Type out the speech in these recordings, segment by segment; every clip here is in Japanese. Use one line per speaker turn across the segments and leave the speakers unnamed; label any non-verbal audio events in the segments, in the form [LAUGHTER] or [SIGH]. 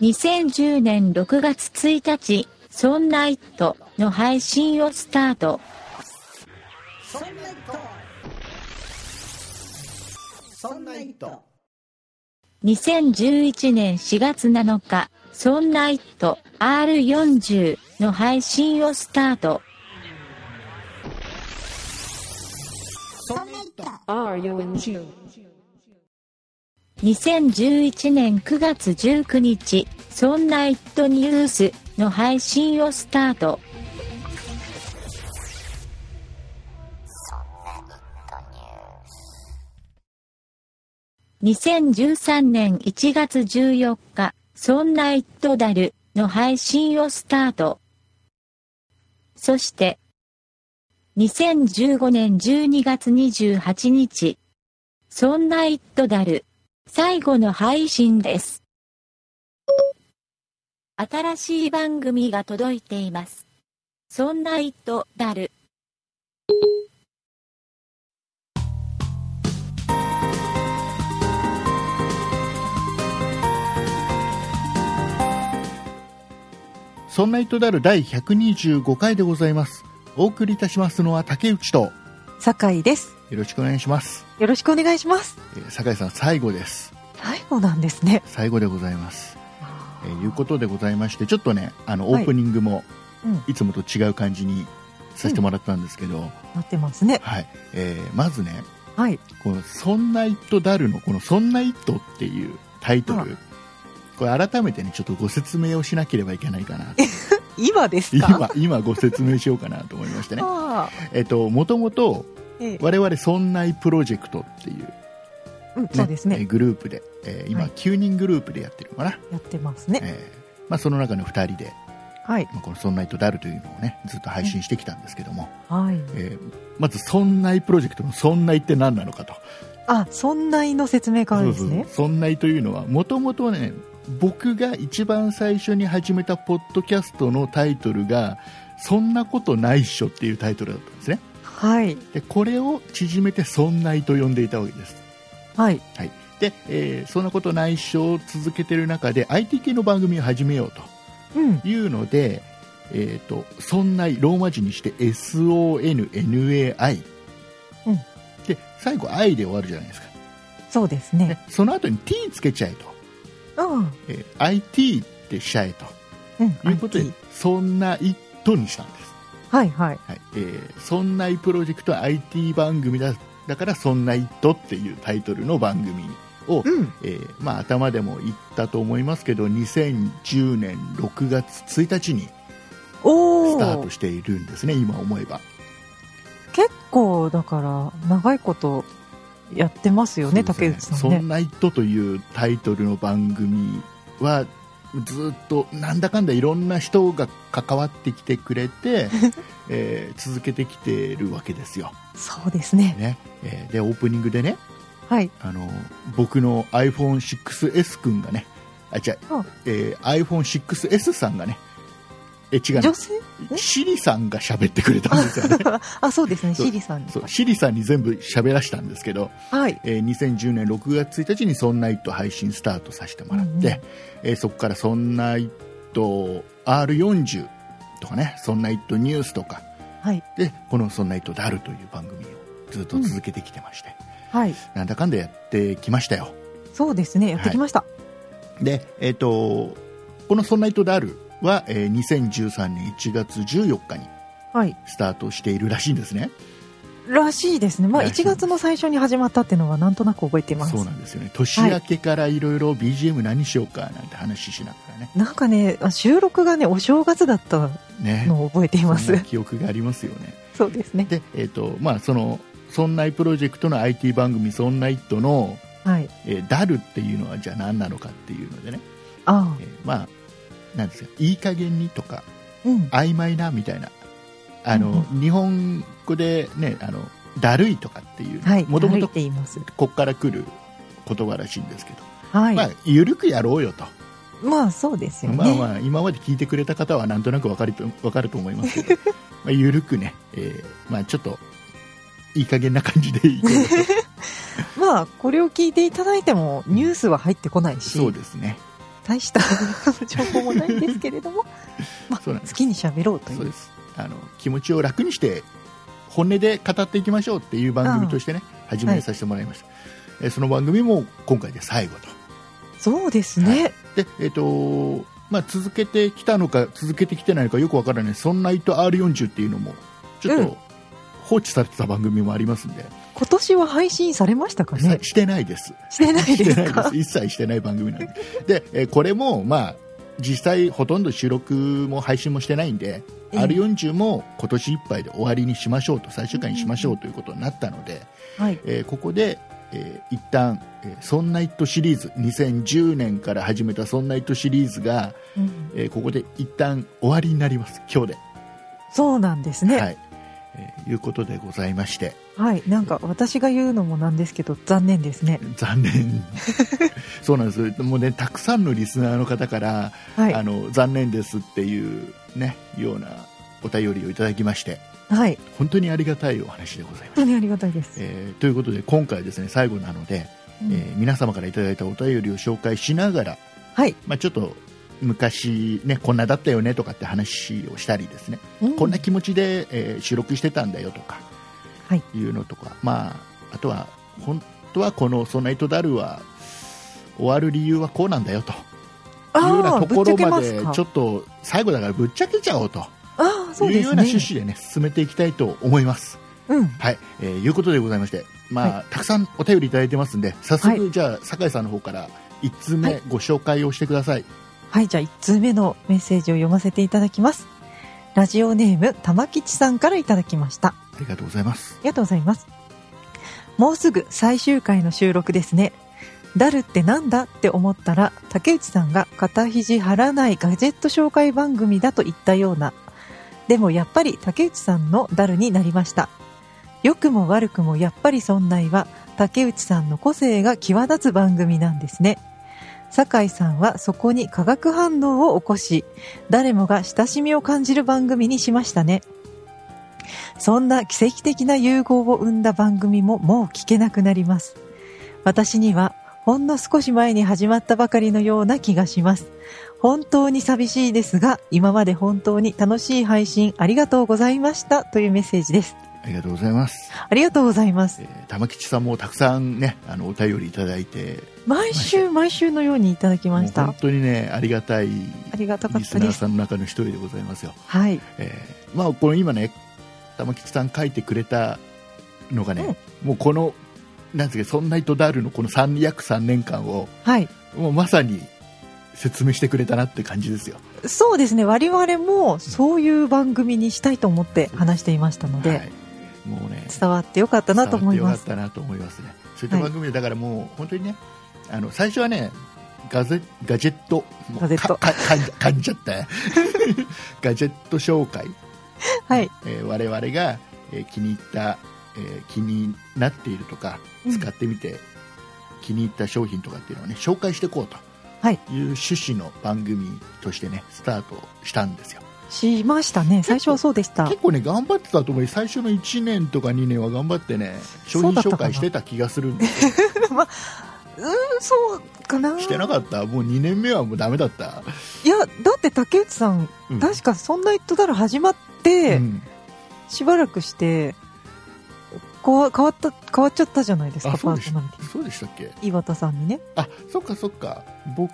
2010年6月1日、そんなイットの配信をスタート。
そんな糸そんな糸
2011年4月7日、そんなイット R40 の配信をスタート。
そんな糸
R U N G.
2011年9月19日、そんなイットニュースの配信をスタート。2013年1月14日、そんなイットダルの配信をスタート。そして、2015年12月28日、そんなイットダル最後の配信です。新しい番組が届いています。そんな糸だる。
そんな糸である第125回でございます。お送りいたしますのは竹内と、よ
酒井です。
ろしくお願いします。
よろしくお願いします。
えー酒井さん、最後です。
最後なんですね。
最後でございます。えーいうことでございまして、ちょっとね、あの、オープニングも
うん、
いつもと違う感じにさせてもらったんですけど、
なってますね。
はい。えーまずね、
はい。
この、そんな糸だるの、この、そんな糸っていうタイト
あ
ル、これ改めてね、ちょっとご説明をしなければいけないかな。
今ですか。
今、今ご説明しようかなと思いましてね。
ああ、
えっと、もともと、
ええ、
我々そんないプロジェクトっていう,、
うん、そうです
えー
ね。
グループで、えー今
はい
9人グループでやってるのかな、
やってますね。
えーまあ、その中の2人で、
はい。
まあ、この「そんないとダル」というのをねずっと配信してきたんですけども、
はい。
えーまず「そんないプロジェクト」の「そんない」って何なのかと
あ、そんな意の説明からです
そうそう
ね。
そんないというのはもともとね僕が一番最初に始めたポッドキャストのタイトルが「そんなことないっしょ」っていうタイトルだったんですね
はい。
でこれを縮めて「そんない」と呼んでいたわけです
はい。
で、えーそんなことないっしょを続けてる中で IT 系の番組を始めよう
うん。
というので、えー、とそんなローマ字にして SONNAI、
うん
で最後 I で終わるじゃないですか、
そうです
ね
ね。、
その後に T つけちゃえと、
うん。
えー IT ってしちゃえ
うん。
ということで
IT
そんな一途にしたんです、
はいはい。
はいえーそんなプロジェクト IT 番組だだからそんな一途っていうタイトルの番組を
うん。
えーまあ、頭でも言ったと思いますけど2010年6月1日にス
お
ター
お
ト。しているんですね今思えば
結構だから長いことやってますよ
そ
ね、
う
竹
で
内
すね
さん
そん
ね。
な糸」というタイトルの番組はずっとなんだかんだいろんな人が関わってきてくれ
[LAUGHS]
て、えー続けてきているわけですよ、
そうですね。
ねえーでオープニングでね
はい。
あの僕の iPhone6S 君がねあ違う
うん、
えー iPhone6S さんがねえ違うな
女性え
シリさんが喋ってくれたんですよね
[LAUGHS] あ、そうですね。
そう
シリさん。
そうシリさんに全部喋らしたんですけど、
はい。
えー2010年6月1日に「そんな糸」配信スタートさせてもらって、
うんうん
えーそこから「そんな糸 R40」とかね「そんな糸ニュース」とか
はい。
でこの「そんな糸ダル」という番組をずっと続けてきてまして、
はい。
なんだかんだやってきましたよ
そうですね。やってきました。
で、えー、とこの「そんな糸ダル」は、えー2013年1月14日に
はい。
スタートしているらしいんですね
らしいですね、まあ、
らしい
1月の最初に始まったっていうのはなんとなく覚えてます
そうなんですよね年明けからいろいろ BGM 何しようかなんて話しながらね
なんかねあ収録がねお正月だった
ね
のを覚えていま
そん
す
な記憶がありますよね
そうですね
でえっ、とまあその「そんないプロジェクト」の IT 番組「そんないっと」の
はい
「えーダル」っていうのはじゃあ何なのかっていうのでね、
あ
えーまあなんですかいい加減にとか
あうん
曖昧なみたいなあの、
うん
日本語でねあのだるいとかっていう
はい
もとも
歩い
と
ています
こっから来る言葉らしいんですけど、
はい
ま
ま
あゆるくやろうよと
あ、そうですよね、
まあまあ今まで聞いてくれた方はなんとなくわかるとわかると思いますけど [LAUGHS] まあ緩くね、えーまあ、ちょっといい加減な感じでいこ
[LAUGHS]
うと
まあこれを聞いていただいてもニュースは入ってこないし、
そうですね、
大した [LAUGHS] 情報もないんですけれ
[LAUGHS]
ども、ま
そう
あ、好
なんです
きに喋ろうとい
そう
う
ですあの気持ちを楽にして本音で語っていきましょうっていう番組としてね始めさせてもらいました、えーその番組も今回で最後と
そうですね、
でえっ、とまあ、続けてきたのか続けてきてないのかよくわからない「そんな糸 R40」っていうのもちょっ
うん
と放置されてた番組もありますんで、
今年は配信されましたか
さ
ね
してないです
してない
して
です
ない
か
です一切してない番組なんでで、えーこれもまあ実際ほとんど収録も配信もしてないんで、
ええ
R40 も今年いっぱいで終わりにしましょうと最終回にしましょうということになったので、
はい
えーここで、えー一旦、えーそんな糸」シリーズ2010年から始めた「そんな糸」シリーズが、
うん
えーここで一旦終わりになります今日
そうなんです
で、
ね
は
はい、
いえーいうことでございまして
なんか私が言うのもなんですけど残念ですね
残
[LAUGHS]
念そうなんですもうねたくさんのリスナーの方から
はい
あの残念ですっていう、ね、ようなお便りをいただきまして
はい
本当にありがたいお話でございます。
本当にありがたいです、
えーということで今回ですね最後なので、
うん
えー皆様からいただいたお便りを紹介しながら、
はい、
まあ、ちょっと昔、ね、こんなだったよねとかって話をしたりですね、
うん
こんな気持ちで、えー収録してたんだよとか、
はい
いうのとか、まあ、あとは本当はこの「ソナイトダル」は終わる理由はこうなんだよと。いうよう
あ
な
あ
と
ぶ
こ
っちゃ
ろ
け
ま
ます
で
か
ちょっと最後だからぶっちゃけちゃおうと
ああそう
い
で
うよ
す
うな
ね
趣旨でね進めていきたいと思います。
うん
はい、えーいうことでございまして、まあたくさんお便りいただいてますんで早速、
は
じゃあ酒井さんの方から1通
は
目
い
ご紹介をしてください。
はい、じゃあ1通目のメッセージを読ませていただきます。ラジオネーム、玉吉さんからいただきました。
ありがとうございます
あ。りがとうございます。もうすぐ最終回の収録ですね。ダルってなんだって思ったら、竹内さんが肩肘張らないガジェット紹介番組だと言ったような。でもやっぱり竹内さんのダルになりました。良くも悪くもやっぱり存在は竹内さんの個性が際立つ番組なんですね。酒井さんはそこに化学反応を起こし、誰もが親しみを感じる番組にしましたね。そんな奇跡的な融合を生んだ番組ももう聞けなくなります。私にはほんの少し前に始まったばかりのような気がします。本当に寂しいですが、今まで本当に楽しい配信ありがとうございましたというメッセージです。
ありがとうございます。
ありがとうございます
え。ー玉吉さんもたくさんねあのお便りいただいて
毎週毎週のようにいただきま
もう
した。
本
あ
当にねありがたいリ
りがたかっ
ス
た
ナー
です。
さんの中の一人でございますよ。
はい。
えーまあこの今ね玉吉さん書いてくれたのがね、もうこのなんていうかそんな糸ダールのこの3約3年間を
はい。
もうまさに説明してくれたなって感じですよ、
そうですね。我々もそういう番組にしたいと思って話していましたので、
はい、もうね
伝わってよかったなと思い
伝
ま
わっ
す。
てよかったなと思いますねそういった
はい
番組でだからもう本当にねあの最初はねガゼガジェットもう
ガジェット
かかかんじゃ噛んじゃった [LAUGHS] ねガジェット紹介
はい。
えー我々が、えー気に入った、えー気になっているとか
うん
使ってみて、気に入った商品とかっていうのをね紹介していこうと
はい
いう趣旨の番組としてねスタートしたんですよ
しましたね。最初はそうでした。
結構ね頑張ってたと思うよ最初の1年とか2年は頑張ってね商品
そうだった
紹
かな
介してた気がするんですよ
うん、そうかな。
してなかったもう2年目はもうダメだった、
いや、だって竹内さん、
うん
確かそんなイットダル始まって、
うん
しばらくして、こう変わった、変わっちゃったじゃないですか、
あそう
パ
でした
ーソナリテ
そうでしたっけ
ィ。岩田さんにね。
あそっかそっか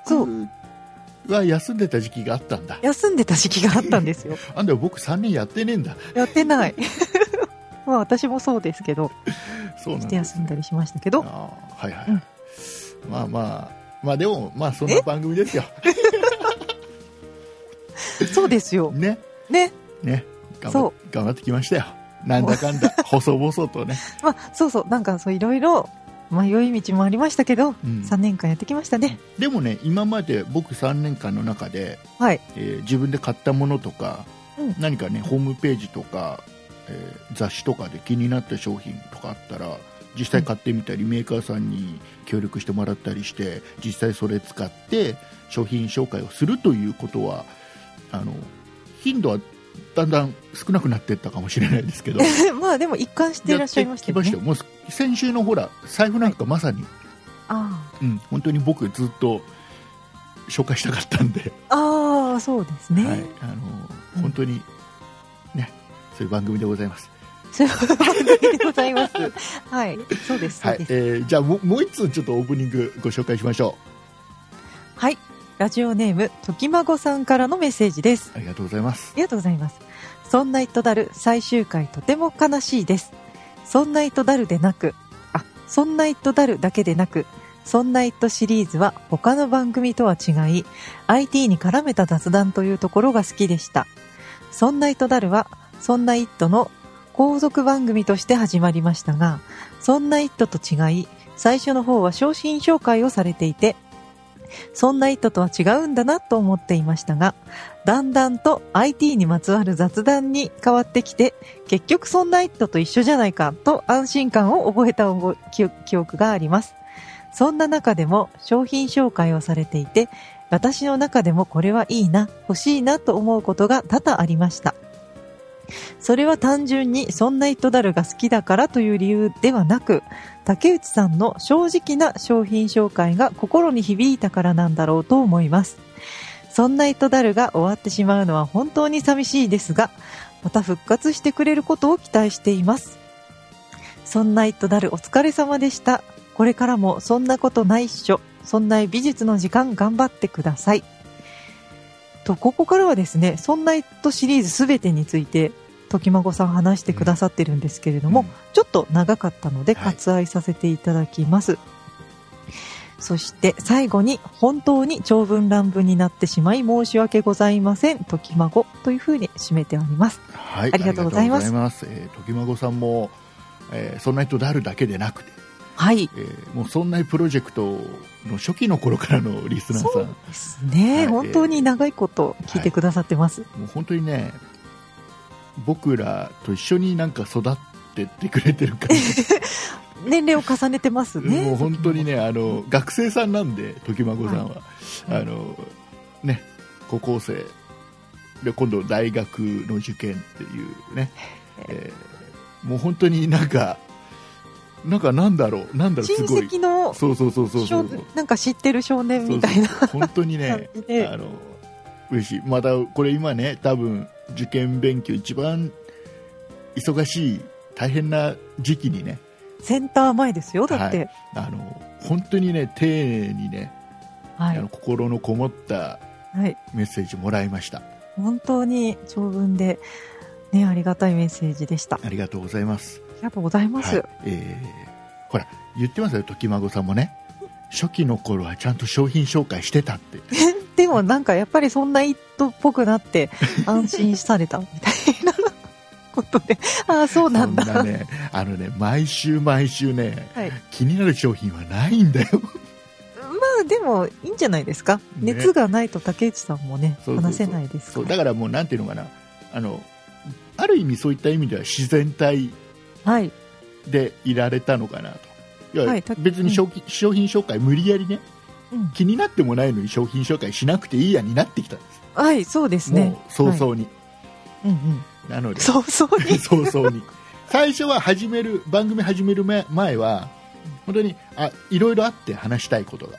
そ
僕は休んでた時期があったんだ
休んでた時期があったんですよ。
あんだよ僕3年やってねえんだ
やってない。 [LAUGHS] まあ私もそうですけど、
そうなん
し
だ
て休んだりしましたけど、
あーはいはい、
うん
まあまあまあでもまあそんな番組ですよ
そうですよ。
ね
ね。
ね頑張
そ
頑張ってきましたよなんだかん
[LAUGHS]
だ細々とね、
まあそうそう、なんかそういろいろ迷い道もありましたけど、
うん
3年間やってきましたね。
でもね今まで僕3年間の中で、
はい。
えー自分で買ったものとか、
うん
何かねホームページとか、えー雑誌とかで気になった商品とかあったら実際買ってみたり、メーカーさんに協力してもらったりして実際それ使って商品紹介をするということはあの頻度はだんだん少なくなっていったかもしれないですけ
[LAUGHS]
ど
まあでも一貫していらっしゃいましたよ
やってき
ね。
ましたよもう先週のほら財布なんかまさに、
あ
うん、本当に僕ずっと紹介したかったんで、
ああそうですね、
はい、あの本当に、ね、そういう番組でございます、
そういう番組でござ
[LAUGHS]
いますはいそうですそ
は
う
い
です
えーじゃあもうもう一つちょっとオープニングご紹介しましょ
はい、ラジオネームときまごさんからのメッセージです
うありがとうございます
ありがとうございます。そんな糸だる最終回とても悲しいです。そんな糸だるでなく、あ、そんな糸だるだけでなく、そんな糸シリーズは他の番組とは違い、IT に絡めた雑談というところが好きでした。そんな糸だるは、そんな糸の後続番組として始まりましたが、そんな糸と違い、最初の方は昇進紹介をされていて、そんな糸とは違うんだなと思っていましたが、だんだんと IT にまつわる雑談に変わってきて、結局そんな一途と一緒じゃないかと安心感を覚えた覚え記憶記憶があります。そんな中でも商品紹介をされていて、私の中でもこれはいいな、欲しいなと思うことが多々ありました。それは単純にそんな糸だるが好きだからという理由ではなく、竹内さんの正直な商品紹介が心に響いたからなんだろうと思います。そんな糸だるが終わってしまうのは本当に寂しいですが、また復活してくれることを期待しています。そんな糸だるお疲れ様でした。これからもそんなことないっしょ。そんな美術の時間頑張ってください。と、ここからはですね、そんな糸シリーズすべてについて、時孫さん話してくださってるんですけれども、ちょっと長かったので
はい
割愛させていただきます。そして最後に本当に長文乱文になってしまい申し訳ございません。時孫というふうに締めております。
はい、
ありがとうございます
ありがとうございますえー時孫さんも、えーそんな人であるだけでなくて、
はい。
えーもうそんなプロジェクトの初期の頃からのリスナー
そ
さ、
うんですね、
はい
本当に長いこと聞いてくださってます。
もう本当にね、僕らと一緒になんか育ってってくれてる感じ、
年齢を重ねてますね。
もう本当にね、あの学生さんなんで、時孫さんは、
はい
あのね、高校生で今度大学の受験っていうね、えーもう本当になんか、なんかなんだろう、なんだろう、
親
すごい。
戚の
そうそうそうそうそうそう
少なんか知ってる少年みたいな。
そうそう本当にね
感じで
あの嬉しいまたこれ今ね多分受験勉強一番忙しい大変な時期にね
センター前ですよ、だって。
あの本当にね丁寧にね、
はい。
あ
は
の
い。
心のこもったメッセージもらいました
本当に長文で、ね、ありがたいメッセージでした。あ
ありがとうございます
りがとうございます。
はいえーほら言ってますよ時孫さんもね初期の頃はちゃんと商品紹介してたって
でもなんかやっぱりそんな一途っぽく
[LAUGHS]
なって安心されたみたいなことで、ああ、そうなんだ。
そんなねあのね毎週毎週ね
はい、ま
気になる商品はないんだよ
あでもいいんじゃないですか、
ね
熱がないと竹内さんもね
そうそうそう
話せないです
そ
か
う
ら
だからもうなんていうのかなあのある意味そういった意味では自然体
はい
でいられたのかなといや、
はいた
別に商品,、商品紹介無理やりね
うん
気になってもないのに商品紹介しなくていいやになってきたんです
はいそうですね
もう早
はい
々に、
う
[LAUGHS]
んうん
なので
そうそうに
早々に最初は始める番組始める前前は本当にあいろいろあって話したいことが、
は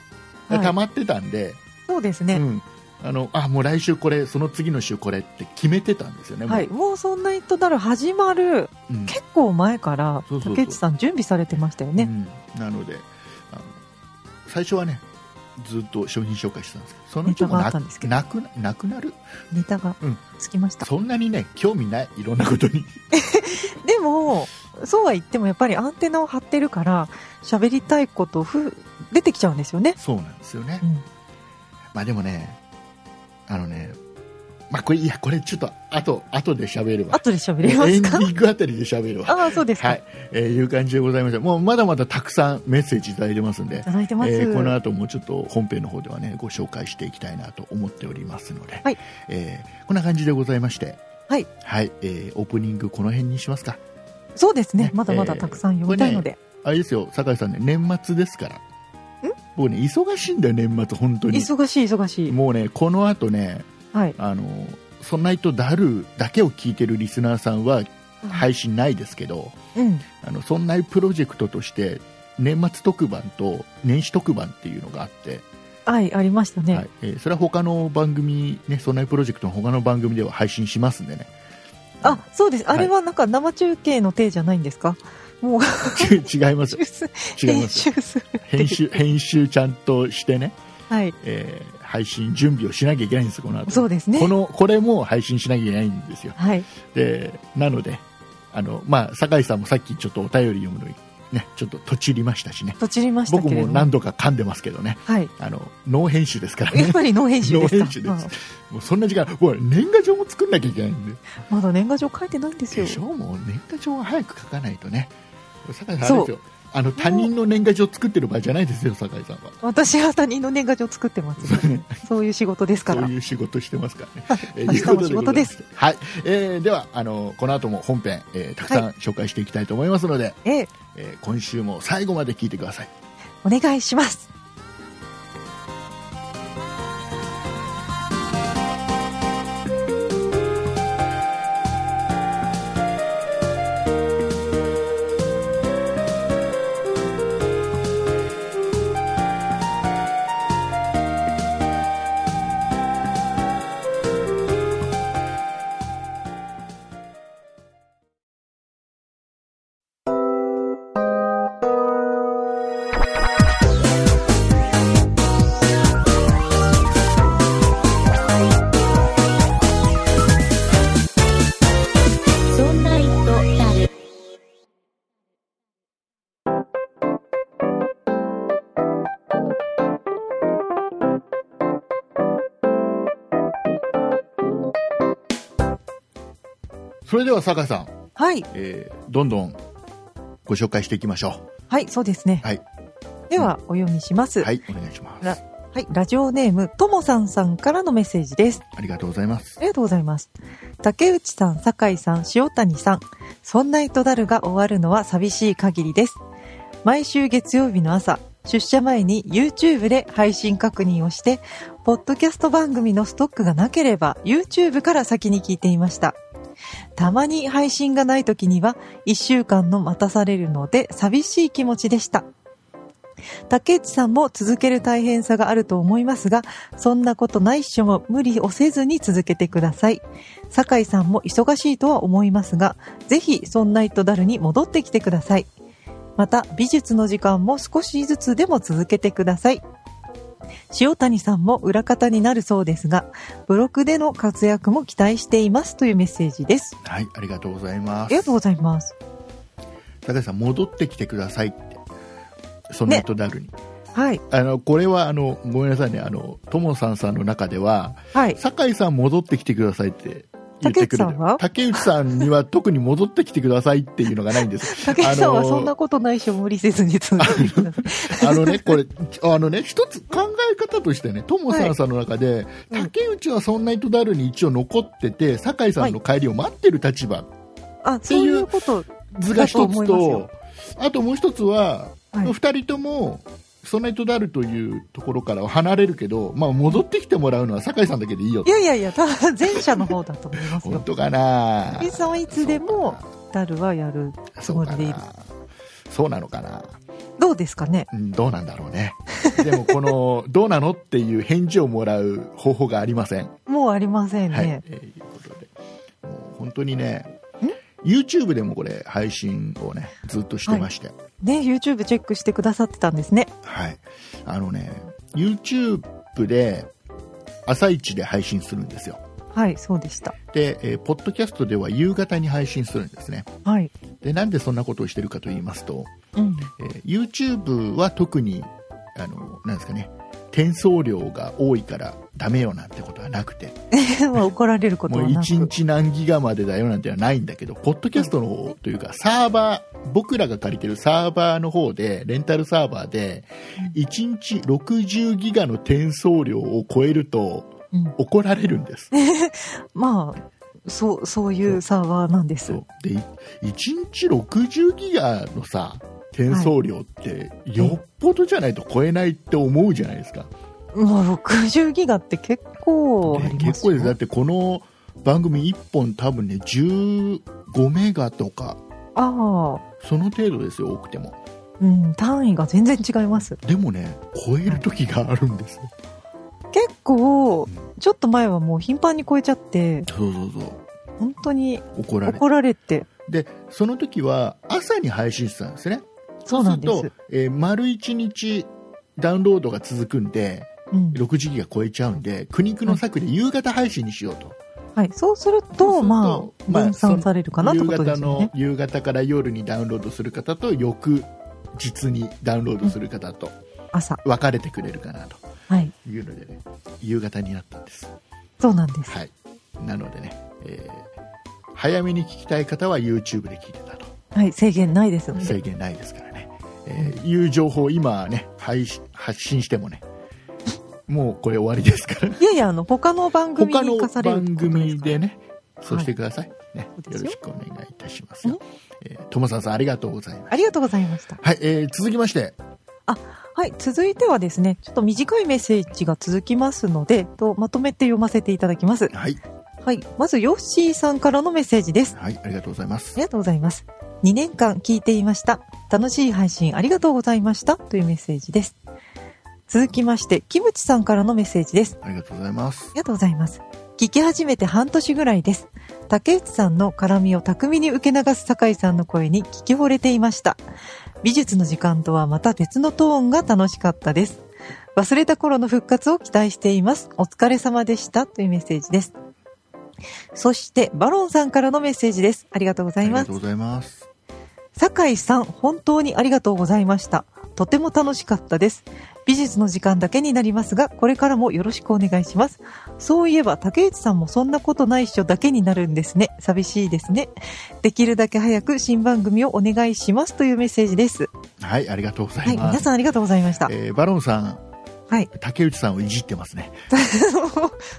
い
溜まってたんで、
そうですね、
うん、あのあもう来週これその次の週これって決めてたんですよねもう
はい、もうそんな人なら始まる
うん
結構前から
そうそうそう
竹内さん準備されてましたよね、
うんなのであの最初はねずっと商品紹介してたんですけどそのうちも
ネタがあ
な
ったんですけど
なくななくなる
ネタが
うん
つきました、
そんなにね興味ないいろんなことに [LAUGHS]
でもそうは言ってもやっぱりアンテナを張ってるから喋りたいことふ出てきちゃうんですよね、
そうなんですよね、
うん
まあでもねあのねまあこれいやこれちょっとあと後で喋るわ
後で喋
エ
りま
ン
す
デ
か
ィングあたりで喋るわ
ああそうですか、、
はいい、えーいう感じでございましたもうまだまだたくさんメッセージいただいてますんで
ただいてます、
えーこの後もちょっと本編の方ではねご紹介していきたいなと思っておりますので、
はい
えーこんな感じでございまして
はい、
えーオープニングこの辺にしますか
そうですね
ね
まだまだたくさん読みたいので、
あれですよ酒井さんね年末ですから僕ね忙しいんだよ年末本当に
忙しい忙しい、
もうねこの後ね
はい、
あのそんな人だるだけを聞いてるリスナーさんは配信ないですけど、
うん
あのそんなプロジェクトとして年末特番と年始特番っていうのがあって
はい、ありましたね。
はいえーそれは他の番組、ね、そんないプロジェクトの他の番組では配信しますん
[LAUGHS]
でね、
あ、そうです。あれはなんか生中継の手じゃないんですかもう、
違います、
編集す
違い
編
ます、
集するっていう
編集編集ちゃんとしてね、
はい。
えー配信準備をしなきゃいけないんです、この後
そうですね
こ。のこれも配信しなきゃいけないんですよ、
はい。
でなので、あのまあ、酒井さんもさっきちょっとお便り読むのに、ね、ちょっととちりましたしね、
とちりました
僕
けれど
も
も。
何度か噛んでますけどね、
はい。
あのノー編集ですから
や [LAUGHS] っ
ね。
ぱりノー編集
ノ
で
ー
すか。
編集です、もうそんな時間、もう年賀状も作んなきゃいけないんで、
うんまだ年賀状書いてないんですよ
で。しょもう年賀状は早く書かないとね酒井さんあ
そう
れですよあの他人の年賀状作ってる場合じゃないですよ酒井さんは
私は他人の年賀状作ってます。そういう仕事ですか
そう
ら。
いう仕事してますからね、え
明日も
い
仕事です
うことでございましてはい、えーではあのこの後も本編、えーたくさん紹介していきたいと思いますので、
ええ、
えー今週も最後まで聞いてください
お願いします。
そんな糸だる。
それでは酒井さん、
はい。
えーどんどんご紹介していきましょ
はい、そうですね。
はい
では、お読みしま
う
す。
は
はい。
いお願いします
らラジオネーム、ともさんさんからのメッセージです。
ありがとうございます
ありがとうございます。竹内さん、酒井さん、塩谷さん、そんな糸だるが終わるのは寂しい限りです。毎週月曜日の朝、出社前に YouTube で配信確認をして、ポッドキャスト番組のストックがなければ YouTube から先に聞いていました。たまに配信がない時には1週間の待たされるので寂しい気持ちでした。竹内さんも続ける大変さがあると思いますが、そんなことないっしょも無理をせずに続けてください。酒井さんも忙しいとは思いますが、ぜひそんな糸だるに戻ってきてください。また、美術の時間も少しずつでも続けてください。塩谷さんも裏方になるそうですが、ブログでの活躍も期待していますというメッセージです。
はいありがとうございま
あ
す
りがとうございます。
酒井さん戻ってきてくださいってその後ダルに、
はい、
あのこれはあのごめんなさいねあのともさんさんの中では
はい、
酒井さん戻ってきてくださいって言ってくる
竹内さんは
竹内さんには特に戻ってきてくださいっていうのがないんです
竹内さんはそんな
あ
ことないし、無理せずに続けてください。
のあのねこれあのね一つ考え方としてねともさんさんの中で、
うん
竹内はそんな人だるに一応残ってて酒井さんの帰りを待ってる立場
あ、そういうこと。
図が一つ
だと思い
と
ま
あともう一つは
はい
二人ともソネットダルというところからは離れるけど、まあ、戻ってきてもらうのは酒井さんだけでいいよ
いやいやいや、ただ前者の方だと思いますよ
本。当かな
竹内さんはいつでも、ダルはやるつ
そう
も
か
りでいる。
なそうなのかな、
どうですかね
うん、どうなんだろうねでもこ
[LAUGHS]
の「どうなの?」っていう返事をもらう方法がありません
もうありません
はい、
ね。
えーいうことでもう本当にね YouTube でもこれ配信をねずっとしてまして、
ね、YouTube チェックしてくださってたんですね。
はい、あのね YouTube で朝一で配信するんですよ
はい、そうでした。
で、えーポッドキャストでは夕方に配信するんですね
はい。
でなんでそんなことをしてるかと言いますと、
うん。
えー YouTube は特にあのなんですかね転送量が多いからダメよなんてことはなくて
[LAUGHS] まあ怒られること
もう
はな
1
く。
日何ギガまでだよなんてはないんだけどポッドキャストの方というかサーバー僕らが借りてるサーバーの方でレンタルサーバーで1日60ギガの転送量を超えると
うん
怒られるんです。
まあ、そう、そういうサーバーなんです。
そうで1日60ギガのさ転送量ってよっぽどじゃないと超えないって思うじゃないですか。
まあ、60ギガって結構あ
で
りま
結
す
構
よ
ですだってこの番組1本多分ね15メガとか
ああ、
その程度ですよ多くても。
うん、単位が全然違います。
でもね超える時があるんですよ、
結構、ちょっと前はもう頻繁に超えちゃって、
そうそうそう
本当に
怒られて
怒られて、
でその時は朝に配信してたんですね
そうなんです。
すると、えー丸1日ダウンロードが続くんで
うん、
6時ギガ超えちゃうんで苦肉の策で夕方配信にしようと
はい、そうする
そうする
と、
と
まあ、
まあ
分散されるかなって
夕
ことで
方
すよね
の。夕方から夜にダウンロードする方と翌日にダウンロードする方と
朝。
分かれてくれるかなと
はい、
いうのでね夕方になったんです
そうなんです。
はいなのでね、えー早めに聞きたい方は YouTube で聞いてたと
はい、制限ないですので。
制限ないですからね、えーいう情報を今ね配信発信してもねもうこれ終わりですから
いやいや、あの、他の番組
他
に
の
行かされるって
番
ことです
組
から
でねそうしてください、ね、
そうで
よ
す
ろ
よ
しくお願いいたしますよえー友沢さんありがとうございます
ありがとうございました。
はい、えー続きまして
はい、続いてはですね、ちょっと短いメッセージが続きますので、とまとめて読ませていただきます。
はい
はい、まずヨッシーさんからのメッセージです。
はいありがとうございます
ありがとうございます。2年間聞いていました。楽しい配信ありがとうございました。というメッセージです。続きまして、キムチさんからのメッセージです。
ありがとうございます
ありがとうございます。聞き始めて半年ぐらいです。竹内さんの絡みを巧みに受け流す酒井さんの声に聞き惚れていました。美術の時間とはまた別のトーンが楽しかったです。忘れた頃の復活を期待しています。お疲れ様でした。というメッセージです。そして、バロンさんからのメッセージです。ありがとうござ
あ
い
り
ま
が
す
とう。ございます
酒井さん、本当にありがとうございました。とても楽しかったです。美術の時間だけになりますが、これからもよろしくお願いします。そういえば、竹内さんもそんなことないっしょだけになるんですね。寂しいですね。できるだけ早く新番組をお願いしますというメッセージです。
はいありがとうござ
はいい、
ま
皆
す、
さんありがとうございました。
えーバロンさん
はい。 [LAUGHS]
竹内さんをいじってますね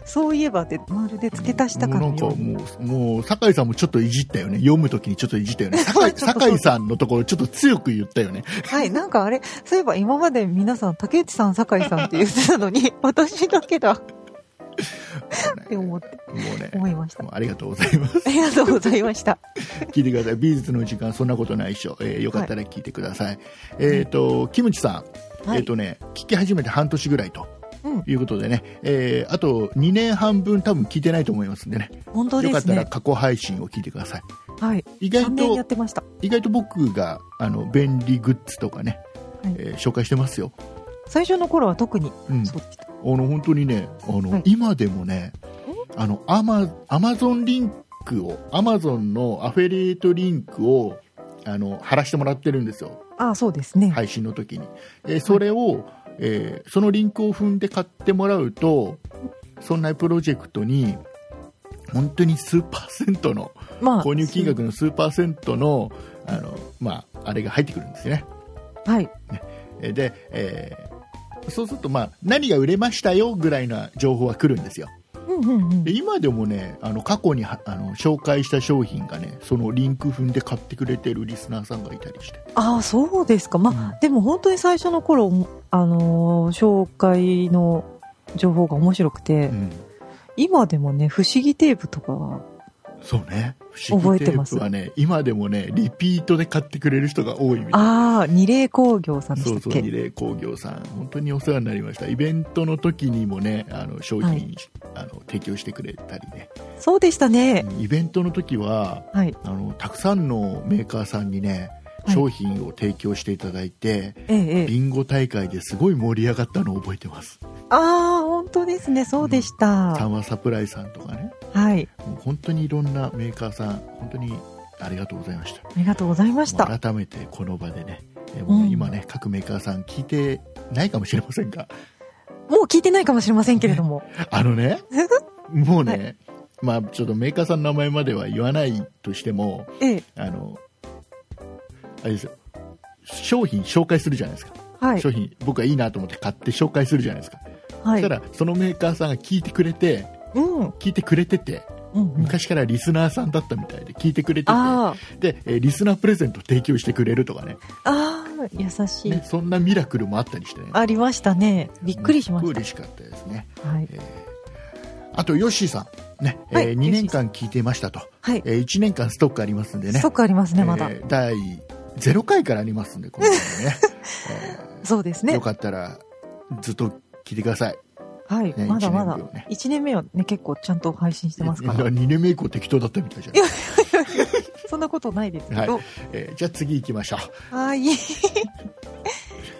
そういえばで、まるで付け足したかの
もう
ように。
なんかもうもう酒井さんもちょっといじったよね読むときにちょっといじ
[LAUGHS]
ったよね酒井
ちょっとそう
酒井さんのところちょっと強く言ったよね
はい、なんかあれ、そういえば今まで皆さん、竹内さん、酒井さんって言ってたのに、私だけだって思って
もうね
思いました
も。うありがとうございます
[LAUGHS] ありがとうございました。
聞いてください美術の時間そんなことないっしょ、えーよかったら聞いてください、えっ、とキムチさん、
はい
えっ、とね聞き始めて半年ぐらいと
うん
いうことでね、えーあと2年半分多分聞いてないと思いますんでね
[LAUGHS] 本当
よ
で
かっ
す
たら
ね。
過去配信を聞いてください
はい。
意
3
外
年やっ
と
てました。
意外と僕があの便利グッズとかね、
はい
えー紹介してますよ、
最初の頃は特に
うん、
そうでした。
あの本当にねあの、
はい
今でもねあのアマアマゾンリンクをアマゾンのアフェリエイトリンクをあの貼らしてもらってるんですよ
ああ、そうですね。
配信の時に、えーそれを、えーそのリンクを踏んで買ってもらうとそんなプロジェクトに本当に数パーセントの
まあ、
購入金額の数パーセントのあの、まあ、あれが入ってくるんですよね
そう。はい。
えーで、えーそうすると、まあ、何が売れましたよぐらいな情報は来るんですよ
うんうんうん
で。今でもねあの過去にはあの紹介した商品がねそのリンク踏んで買ってくれてるリスナーさんがいたりして
ああ、そうですか。まあ、でも本当に最初の頃、あのー紹介の情報が面白くて、
うん
今でもね、不思議テープとかは、
そうね不思議
覚え
テ
て
ー
ます
プはね今でもねリピートで買ってくれる人が多いみたい
ああ、二霊工業さんで
そ
した
う
っ
そう
け
二霊工業さん本当にお世話になりましたイベントの時にもねあの商品、
はい
あの提供してくれたりね
そうでしたね。
イベントの時は
はい。
あのたくさんのメーカーさんにね
はい
商品を提供していただいて、
ええ、ええ。
ビンゴ大会ですごい盛り上がったのを覚えてます
ああ、本当ですね。そうでした。
三和サプライさんとかね
はい。
もう本当にいろんなメーカーさん本当にありがとうございました
ありがとうございました。
もう改めてこの場でね、えーもうね
うん
今ね各メーカーさん聞いてないかもしれませんが [LAUGHS]
もう聞いてないかもしれませんけれども。
あのねもうね、
は
まあちょっとメーカーさんの名前までは言わないとしても
ええ。
あのあれですよ商品紹介するじゃないですか、
はい
商。品僕はいいなと思って買って紹介するじゃないですか、
は
そしたらそのメーカーさんが聞いてくれて
うん。うん
聞いてくれてて
うん。
昔からリスナーさんだったみたいで聞いてくれてて
あ
でえーリスナープレゼント提供してくれるとかね
あ、ああ、優しい、
ねそんなミラクルもあったりしてね
ありましたね。びっくりしま
びっ
し
くりしかったですね。
た。はい。
あと、ヨッシーさん。ね、
はい
えー2年間聞いてましたと。
はい。
えー1年間ストックありますんでね。
ストックありますね、まだ。
えー第0回からありますんで今回ね、
そうで
えー
す [LAUGHS] ね
よ。かったらずっと聞いてください、
はい、
ね、
まだま
1年
だ
目をね
1年目はね結構ちゃんと配信してま
[LAUGHS]
すから
2年目以降適当だったみたいじゃん
いやそんなことないですけどは
えーじゃあ次行きましょう
ーい [LAUGHS]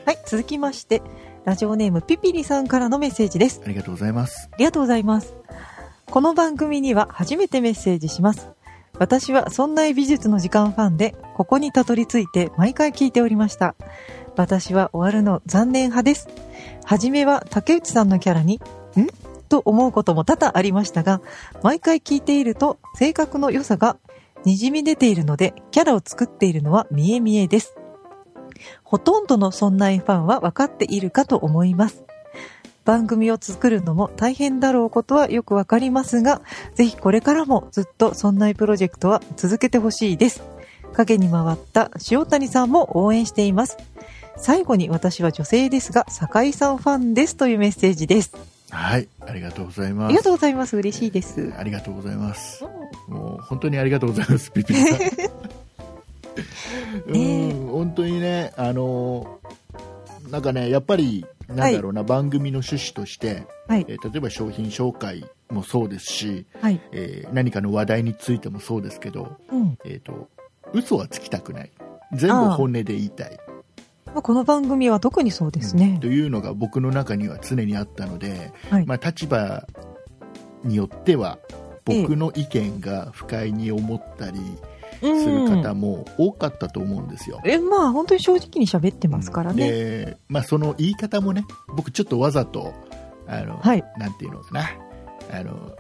はい続きましてラジオネームピピリさんからのメッセージです
ありがとうございます
ありがとうございます。この番組には初めてメッセージします。私はそんな美術の時間ファンで、ここにたどり着いて毎回聞いておりました。私は終わるの残念派です。はじめは竹内さんのキャラに、んと思うことも多々ありましたが、毎回聞いていると性格の良さが滲み出ているので、キャラを作っているのは見え見えです。ほとんどのそんなファンは分かっているかと思います。番組を作るのも大変だろうことはよくわかりますが、ぜひこれからもずっとそんなプロジェクトは続けてほしいです。影に回った塩谷さんも応援しています。最後に私は女性ですが、酒井さんファンですというメッセージです。
はいありがとうござい
あ
ます
りがとうございます。嬉しいです。
ありがとうございますもう本当にありがとうございますピピさ
[LAUGHS]
ん
ねえ
うん本当にねあのなんかねやっぱりなんだろうな、番組の趣旨として、
はい
えー例えば商品紹介もそうですし、
はい。
えー何かの話題についてもそうですけど、
うん。
えー、と嘘はつきたくない全部本音で言いたい
まあ、この番組は特にそうですね
と。いうのが僕の中には常にあったので、 [LAUGHS]
はい
まあ、立場によっては僕の意見が不快に思ったりする方
も。
も多かったと思うんですよ。
え、まあ、本当に正直に喋ってますからね。
で、まあ、その言い方もね僕ちょっとわざとあの、
はい
なんていうのかなあの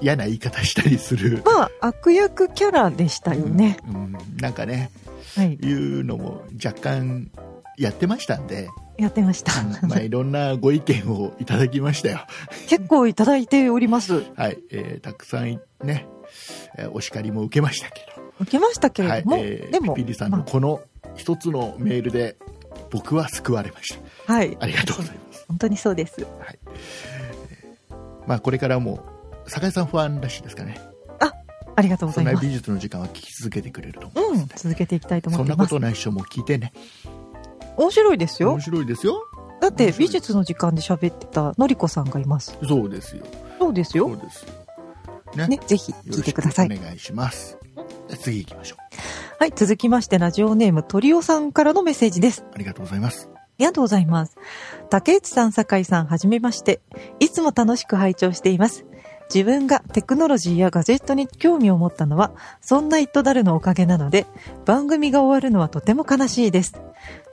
嫌な言い方したりする。
まあ、悪役キャラでしたよね。
うんうんなんかね
はい。
いうのも若干やってましたん
[LAUGHS]
で、
やってました。
まあ、いろんなご意見をいただきましたよ。
結構いただいております。
はい、えーたくさんいね、えーお叱りも受けましたけ
受けましたけ
ど、は
れ
い
ど、も、
えー
でも、
ピピリさんの
ま
この一つのメールで、僕は救われました。 [LAUGHS]
あはい、
ありがとうございます。
本当にそうです。
まあ、これからも、酒井さん不安らしいですかね。
ありがとうご
そ
ざ
ん
い
な
ます。
美術の時間は聞き続けてくれると思いま
う
す
ん、続けていきたいと思
そ
っ
ん
て
な
ま
こ
す
と。ない人も聞いてね。
面白いですよ
面。白いですよ。
だって
面白い
美術の時間で喋ってたのりこさんがいます。
そうですよ。
そうです
そ
よ。
うですよ。ね。
ね、ぜひ
よ
聞
ろ
いて
しく
くださ
お
い。
願いします。次行きましょう。
はい、続きましてラジオネームトリオさんからのメッセージです。
ありがとうございます。
ありがとうございます。竹内さん、酒井さん、はじめまして。いつも楽しく拝聴しています。自分がテクノロジーやガジェットに興味を持ったのは、そんなイットダルのおかげなので、番組が終わるのはとても悲しいです。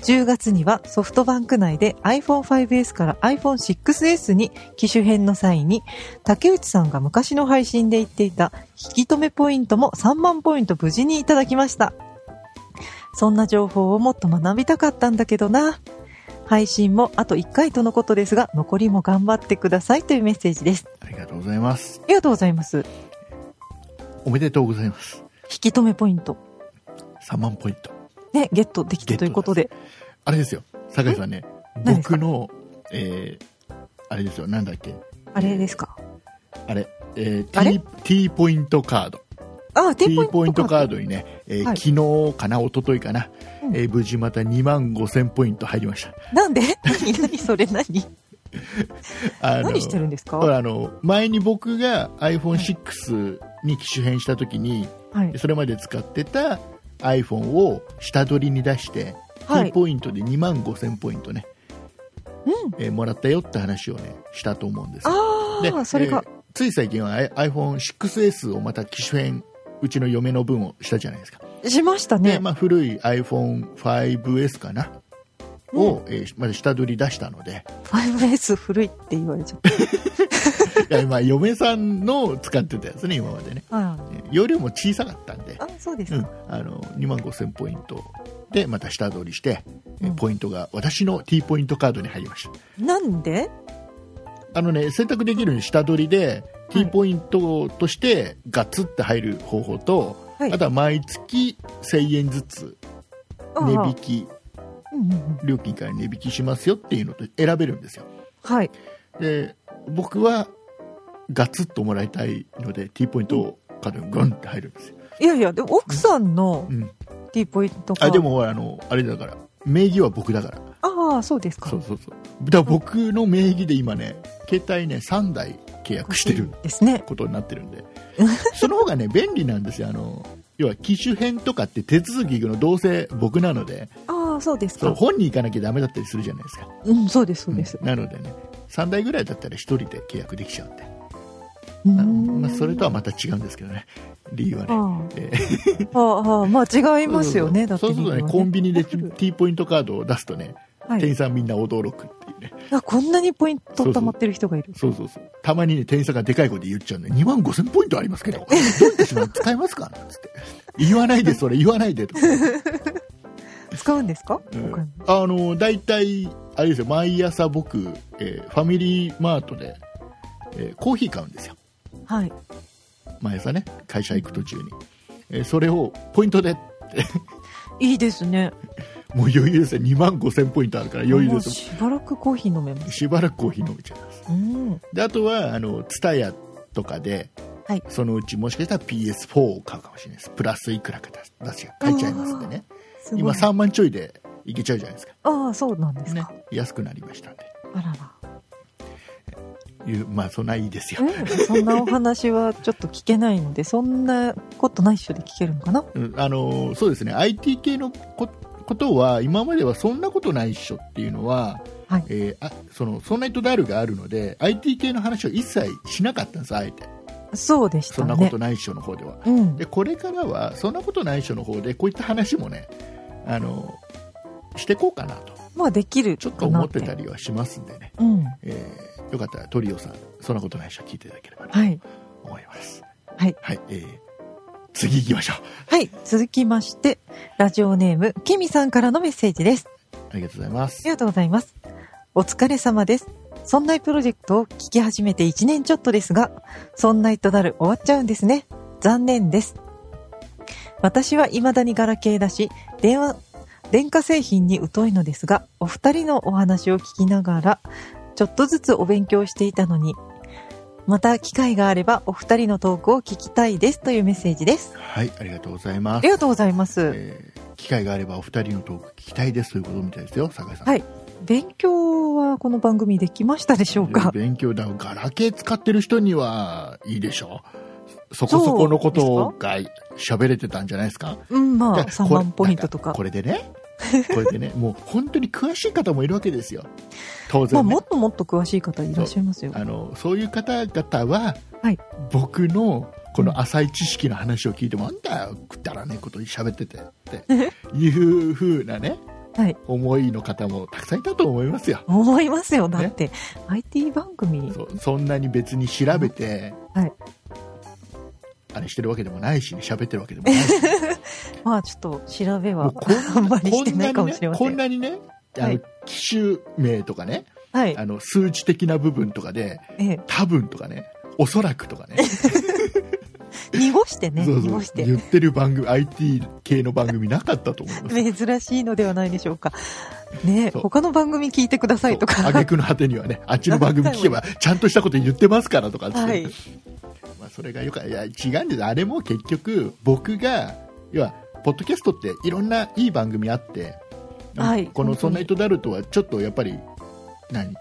10月にはソフトバンク内で iPhone5S から iPhone6S に機種変の際に、竹内さんが昔の配信で言っていた引き止めポイントも3万ポイント無事にいただきました。そんな情報をもっと学びたかったんだけどな。配信もあと1回とのことですが、残りも頑張ってくださいというメッセージです。
ありがとうございます。
ありがとうございます。
おめでとうございます。
引き止めポイント。
3万ポイント。
ね、ゲットできたということで。
あれですよ、酒井さんね、
何ですか
僕の、えーあれですよ、なんだっけ、
あれですか。
あれ、えー
あれ
T, T ポイントカード、
あ、T
T ポイントカー
ド。
ドにね、えー
はい
昨日かな、一昨日かな、
うん
えー無事また2万5000ポイント入りました。
なんで [LAUGHS] 何何それ何
あの
何してるんですか
ほ
は
らあの前に僕が iPhone6 に機種変した時に、
い。
それまで使ってた iPhone を下取りに出して、
はい
T ポイントで2万5000ポイントね、
うん。
えーもらったよって話をね、したと思うんですよ
ああ、それが
え。ーつい最近は iPhone6S をまた機種変うちの嫁の分をしたじゃないですか、
しました
で
ね。
まあ、古い iPhone5S かな
うん
を、えーまだ下取り出したので
5S 古いって言われちゃっ
いやまあ嫁さんの使ってたやつね今までね [LAUGHS]
た。あ
えー容量も小さかったんで
あ、、そうです
う
か。
ん、あの2万5000ポイントでまた下取りして、えー
うん
ポイントが私の T ポイントカードに入りました
なんで
あのね選択できる下取りで
は
T
い
ポイントとしてガツッて入る方法と、
はい。
あとは毎月1000円ずつ
あ
値
あ
引き
うんうんうん
料金から値引きしますよっていうのと選べるんですよ
はい。
で僕はガツッともらいたいので T ポイントカードにグンって入るんですよ、
いやいや、でも奥さんの
うん、
T ポイントか
あでもほらあのあれだから名義は僕だから
ああそうですか
そうそうそうだから僕の名義で今ね携帯ね3台契約してる
ですね
ことになってるん
[LAUGHS]
でその方がね便利なんですよあの要は機種編とかって手続き行くのどうせ僕なので
ああそうです
そう
か
本に行かなきゃダメだったりするじゃないですか
うんそうですそうです
うんなのでね3台ぐらいだったら1人で契約できちゃうんで
う
あの
ん
まあ、それとはまた違うんですけどね理由はね
あ
え
あああまあ違いますよね
ー
だって
そうするとねコンビニで T ポイントカードを出すとね、
は
店員
い
さんみんな驚くっていうね
あこんなにポイント
そうそ
貯
う
まってる人がいる
そうそうそうたまにね店員さんがでかい声で言っちゃうね2万5000ポイントありますけどどうやってしまう使えますかなんつって言わないでそれ言わないでと
[LAUGHS]
か、
使うんですか
うん
お金
あの大体あれですよ毎朝僕、えーファミリーマートで、えーコーヒー買うんですよ
はい
毎朝ね会社行く途中に、えーそれをポイントで
いいですね
もう余裕ですよ2万5000ポイントあるから余裕
も
で
う
す
しばらくコーヒー飲めます
しばらくコーヒー飲めちゃいます
うん
であとはあの TSUTAYA とかで、
はい
そのうちもしかしたら PS4 を買うかもしれないですプラスいくらか出す出し買えちゃいますんでね
すごい
今3万ちょいでいけちゃうじゃないですか
ああそうなんです
ね
か、
安くなりましたんで
あらら
いうまあそんないいですよ、
うんそんなお話はちょっと聞けないのでそんなことないっしょで聞けるのかな
うんあのそうですね IT 系のこことは今まではそんなことないっしょっていうのは、
はい
えーあそのそんな人ダイルがあるので IT 系の話を一切しなかったんですあえて
そうでしたね
そんなことないっしょの方では、
うん
でこれからはそんなことないっしょの方でこういった話もねあのしてこうかなと
まあできる
ちょっと
かな
思ってたりはしますんでね、
うん
えーよかったらトリオさんそんなことないっしょ聞いていただければと
はい
思います
はい、
はいえー次行きましょう
はい、続きましてラジオネームキミさんからのメッセージです
ありがとうございま
あ
す
りがとうございます。お疲れ様です。そんないプロジェクトを聞き始めて1年ちょっとですが、そんないとなる終わっちゃうんですね。残念です。私は未だにガラケーだし、電話、電化製品に疎いのですが、お二人のお話を聞きながら、ちょっとずつお勉強していたのに、また機会があればお二人のトークを聞きたいですというメッセージです。
はいありがとうございま
あ
す
りがとうございます。
えー機会があればお二人のトーク聞きたいですということみたいですよ酒井さん
はい勉強はこの番組できましたでしょうか
勉強だガラケー使ってる人にはいいでしょうそこそこのことが喋れてたんじゃないですか
うん、まあ、
だこ
3
れ
万ポイントと
なん
か。
これでねこれでねもう本当に詳しい方もいるわけですよ当
まあ、
然、ね
もっともっと詳しい方いらっしゃいますよ。
あのそういう方々は、
はい
僕のこの浅い知識の話を聞いても、なんだよくだらねえことに喋ってて
[LAUGHS]
っていう風なね
はい。
思いの方もたくさんいたと思いますよ
思いますよ。だって、IT 番組。
そうそんなに別に調べて、
はい
あれしてるわけでもないし喋ってるわけでもない
[LAUGHS]
し
まあ、ちょっと調べ
も
は
うこん
あんまりし
こ
て
ん
な
ない
か
に
もし
ね
れませ
こ
ん。
んなにねあの、
はい
機種名とかね
はい。
あの数値的な部分とかで
ええ、
多分とかねおそらくとかね
濁してね、
そうそ
濁
う
して。
言ってる番組 IT 系の番組なかったと思います
珍しいのではないでしょうか。ねえ
そう
他の番組聞いてくださいと
そう
か。
挙句の果てにはねあっちの番組聞けばちゃんとしたこと言ってますからとかって、
はい。
まあ、それがよくいや違うんですあれも結局僕が要はポッドキャストっていろんないい番組あって、
はい
この「
本当
そ
に
んな人だる」とはちょっとやっぱり何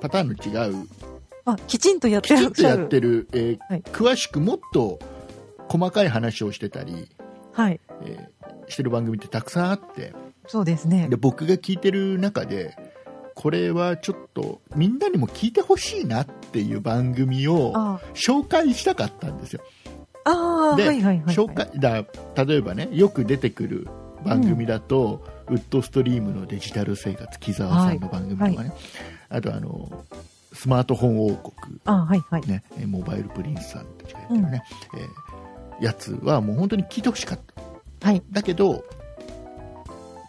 パターンの違う
[LAUGHS] まあ、きちんとやっ
き
て
ち
ら
ん
っ
と
しゃ
やっ
る。
てる、えー
[LAUGHS] はい
詳しくもっと細かい話をしてたり、
はい。
えーしてる番組ってたくさんあって
そうですね
で。僕が聞いてる中でこれはちょっとみんなにも聞いてほしいなっていう番組を
あ
紹介したかったんですよ
あ、ああは
で
いはいはいはい。
紹介だ例えばねよく出てくる番組だと、ウッドストリームのデジタル生活木澤さんの番組とかね、
は
あとあのスマートフォン王国、
ああ、はいはい。
ね、えモバイルプリンスさんたちがやってるね、えーやつはもう本当に聞いてほしかった
はい。
だけど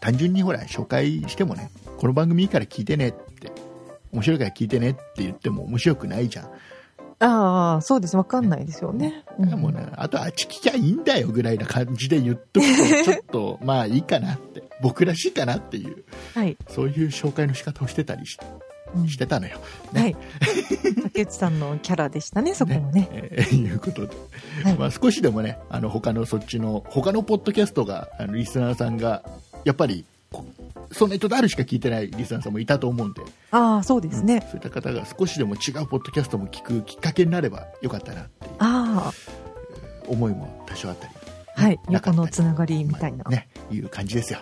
単純にほら紹介してもねこの番組いいから聞いてねって面白いから聞いてねって言っても面白くないじゃん、
ああ、そうです。わかんないですよね。
だからもうね、あとはあっち聞きゃいいんだよぐらいな感じで言っ
[LAUGHS]
とくとちょっとまあいいかなって僕らしいかなっていう
はい。
そういう紹介の仕方をしてたりし
うん
してたのよ。
はい。 [LAUGHS] 竹内さんのキャラでしたね、そこもね。
えーいうことで、
はい
まあ、少しでもねあの他のそっちの他のポッドキャストがあのリスナーさんがやっぱりこそんな人であるしか聞いてないリスナーさんもいたと思うんで
ああ、そうですね。
そういった方が少しでも違うポッドキャストも聞くきっかけになればよかったなっていう
あ
思いも多少あったり、
あ、はい。
なか
横
ったり
のつながりみたいな。
ね、いう感じですよ。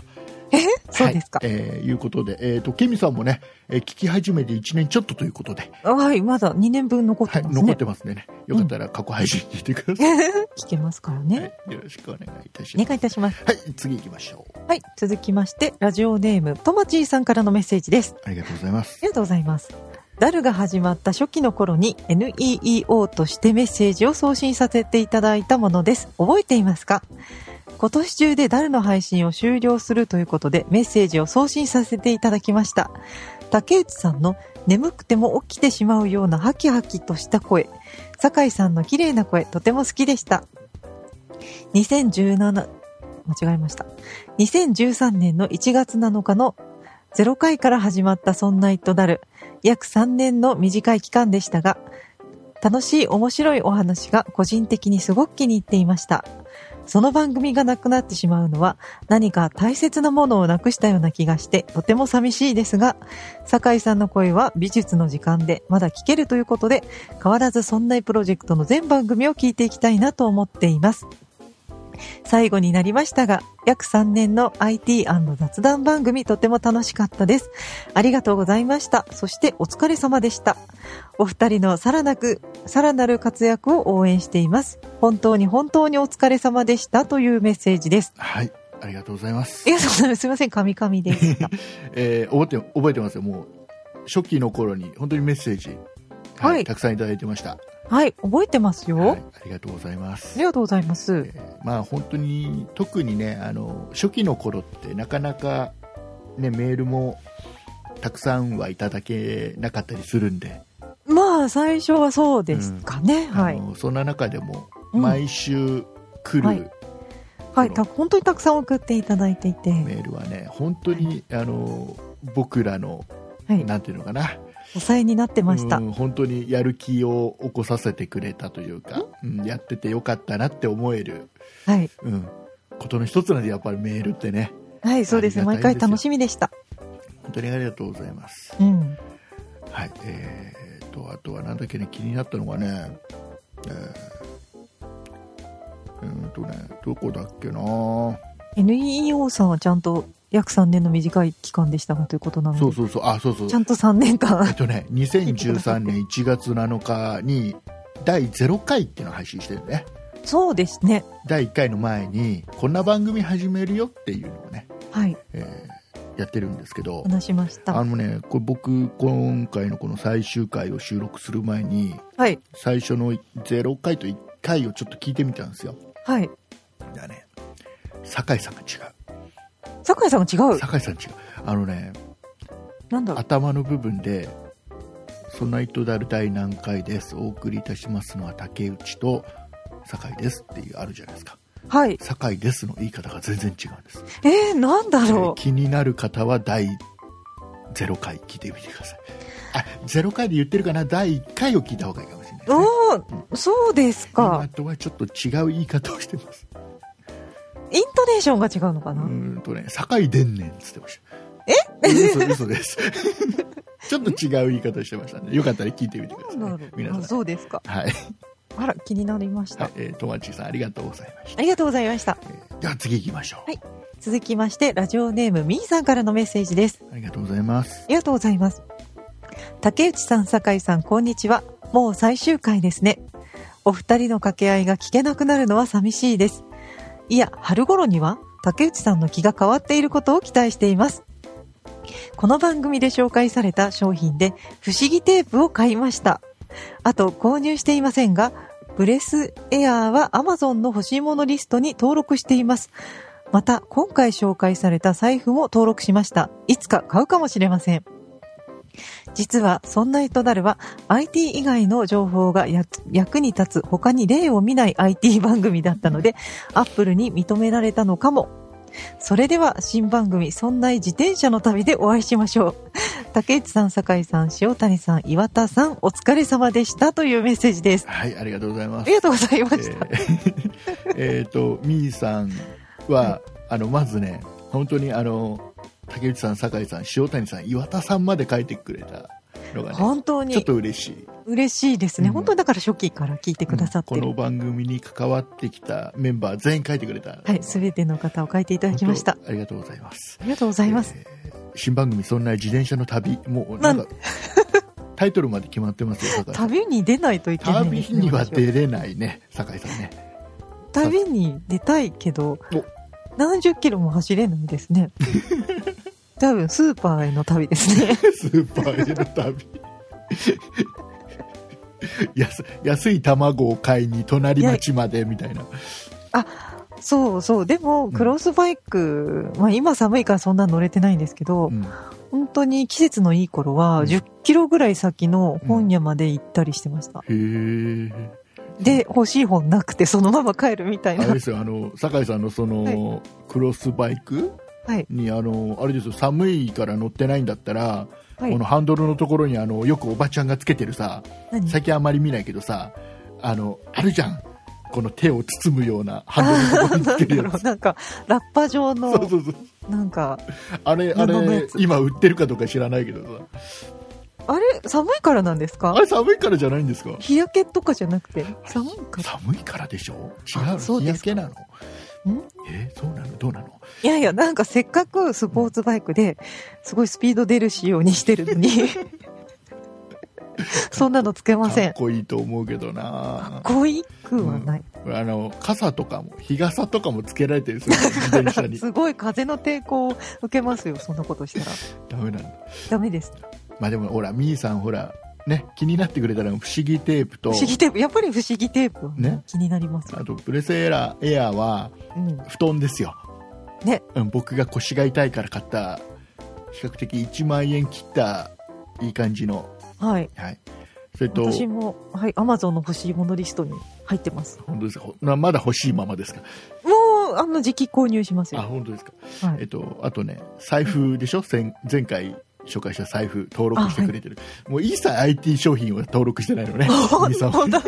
えそうですか。
はいえーいうことで、えー、とケミさんもね、えー聞き始めて1年ちょっとということで、
はい。まだ2年分残っ
は
て
い、
ます
残っ
ね。
てますんでねよかったら過去配信聞いてください、
[LAUGHS] 聞けますからね。
はいよろしくお願いいたし
お
ます。
願いいたします。
はい、次行きましょう。
はい。続きまして、ラジオネーム、ともちーさんからのメッセージです。
ありがとうございます
あ。りがとうございます。ダルが始まった初期の頃に NEEO としてメッセージを送信させていただいたものです。覚えていますか今年中でダルの配信を終了するということでメッセージを送信させていただきました。竹内さんの眠くても起きてしまうようなハキハキとした声、酒井さんの綺麗な声、とても好きでした。2017、間違えました。2013年の1月7日の0回から始まったそんなとなる約3年の短い期間でしたが、楽しい面白いお話が個人的にすごく気に入っていました。その番組がなくなってしまうのは何か大切なものをなくしたような気がしてとても寂しいですが、酒井さんの声は美術の時間でまだ聞けるということで、変わらずそんなプロジェクトの全番組を聞いていきたいなと思っています。最後になりましたが、約3年の IT& 雑談番組とても楽しかったです。ありがとうございました。そしてお疲れ様でした。お二人のさらなく、さらなる活躍を応援しています。本当に本当にお疲れ様でしたというメッセージです。
はい、ありがとうございます
い。や、そうすいません、神々で
[LAUGHS]
した。
えー覚えて覚えてますよ。もう初期の頃に本当にメッセージ、はい、
はい
たくさんいただいてました。
はい、覚えてますよ。
はい、ありがとうございま
あ
す
り。がとうございます。
まあ本当に特にねあの初期の頃ってなかなかねメールもたくさんはいただけなかったりするんで、
まあ、最初はそうですかね。は
あ
い。
のそんな中でも
うん
毎週来
は
る
いはい、た本当にたくさん送っていただいていて、
メールはね、本当にあの僕らの
はい、
なんていうのかな、
支えになってました
う。ん本当にやる気を起こさせてくれたというか、うんやっててよかったなって思える、
はい。
うん、ことの一つなんでやっぱりメールってね
はい、そうです
あ
ね。
りがたい
毎
ですよ
回楽しみでした。
本当にありがとうございます
うん。
はいえー、とあとはなんだっけね気になったのがねえーうーんとねどこだっけな
NEO さんはちゃんと約3年の短い期間でしたがということなので、
そうそうそうあそうそう
ちゃんと3年
えっ
間。
とね2013年1月7日に第0回っていうのを配信してるね
そうですね。
第1回の前にこんな番組始めるよっていうのをね
はい、
えーやってるんですけど、
話しまし
あ
た。
のね、これ僕、今回のこの最終回を収録する前に、
はい、
最初の0回と1回をちょっと聞いてみたんですよ。
はい。
だね、酒井さんが違
酒井さんが違
う。
う。
酒井さん違う。あのね、
なんだろう。
頭の部分で、そんな糸だる第何回です。お送りいたしますのは竹内と酒井ですっていうあるじゃないですか。
はい。
酒井ですの言い方が全然違うんです。
えー、なんだ
えー
ろ。
気になる方は第0回聞いてみてくださいあ0回で言ってるかな第1回を聞いた方がいいかもしれないうですね
おー、そうです
今
か。
とはちょっと違う言い方をしてます
イントネーションが違うのか
う
な。
ーんとね酒井でんねんっつってましたえ嘘嘘です [LAUGHS] ちょっと違う言い方してましたねよかったら聞いてみてください、
なんだ
ね
ろ、う。
皆
あ
さん
そうですか。
はい、
あら、気になりまし
は
た
い。えー、とまちさんありがとうございまし
あ
た
りがとうございました。
では次行きましょう、
はい続きまして、ラジオネームみーさんからのメッセージです。
ありがとうございます
ありがとうございます。竹内さん、酒井さん、こんにちは。もう最終回ですね。お二人の掛け合いが聞けなくなるのは寂しいです。いや、春頃には竹内さんの気が変わっていることを期待しています。この番組で紹介された商品で不思議テープを買いました。あと、購入していませんが、ブレスエアーは Amazon の欲しいものリストに登録しています。また、今回紹介された財布も登録しました。いつか買うかもしれません。実は、そんな糸だるは IT 以外の情報がや役に立つ他に例を見ない IT 番組だったので、Apple に認められたのかも。それでは新番組、そんな自転車の旅でお会いしましょう。 [LAUGHS] 竹内さん、酒井さん、塩谷さん、岩田さん、お疲れ様でしたというメッセージです。
はいありがとうございま
あ
す
りがとうございま
え
した。
ー
[LAUGHS]
えっとみーさんはあのまずね本当にあの竹内さん酒井さん塩谷さん岩田さんまで書いてくれたのがね
本当に
ちょっと嬉しい、
嬉しいですね。
うん
本当にだから初期から聞いてくださって
こ
る。
の番組に関わってきたメンバー全員書いてくれた
はい、すべての方を書いていただきました。
本当ありがとうございます
ありがとうございます。
えー新番組「そんな自転車の旅」もう [LAUGHS] なんかタイトルまで決まってますよ酒井さん
旅に出ないといけない
旅
ですね。
には
私は
出れないね酒井さんね [LAUGHS]
旅に出たいけど、70キロも走れないで
[LAUGHS]
すね。多分、スーパーへの旅です
[LAUGHS]
ね。
スーパーへの旅 [LAUGHS] 安安い卵を買いに隣町までみたいな
そうそう。でも、
ん
クロスバイク、まあ今寒いからそんな乗れてないんですけど、
うん
本当に季節のいい頃は、
うん
10キロぐらい先の本屋まで行ったりしてました。
へえ
で、欲しい本なくてそのまま帰るみたい
あれ
な
で。すよあの酒井さんのその、
は
クロスバイク
はい。
にあのあれですよ寒いから乗ってないんだったら、
は
こ
い
の。ハンドルのところにあのよくおばちゃんがつけてるさ
何
最近あまり見ないけどさあのあるじゃんこの手を包むようなハンドルのところに
[LAUGHS] な
つけ
んだ
るや
ろう
つ。
なんか、ラッパ状の
そ、うそうそう
なんか、
あれあ
布のや
れ
つ
今売ってるかどうか知らないけどさ
あれ、寒いからなんです
あ
か
れ寒いからじゃないんですか
日焼けとかじゃなくて、寒いから。
寒いからでしょ違う
あそ
の
う
日
で
焼
す
け
か
なの
ん
えそうなのどうなの
いやいや、なんかせっかくスポーツバイクで、すごいスピード出る仕様にしてるの
[LAUGHS]
に、そんなのつけませ
か
ん
っ。こいいと思うけど
かっ
な
こいくはない。
あの傘とかも日傘とかもつけられてるんですよ自転車
[LAUGHS]
に
すごい風の抵抗を受けますよ、そんなことしたら。
ダメなんだ
ダメです。
まあでもほらみーさんほらね気になってくれたら不思議テープ
不
と
思議テープ、やっぱり不思議テープはね
ね
気になりますよ
あ。とプレスエラーエアーは
うん。
布団ですよ、
ね
うん、僕が腰が痛いから買った比較的1万円切ったいい感じの、
はい。
はい、それと
私も、はい、アマゾンの欲しいものリストに入ってます。
本当ですかほなまだ欲しいままですか
もう、あの、時期購入します
あ
よ。
本当ですか、
は
えっ
い。
と、あとね財布でしょ前前回紹介した財布登録してくれてる、もう一切 IT 商品を登録してないのね
[LAUGHS] 本
みさんは
当だ。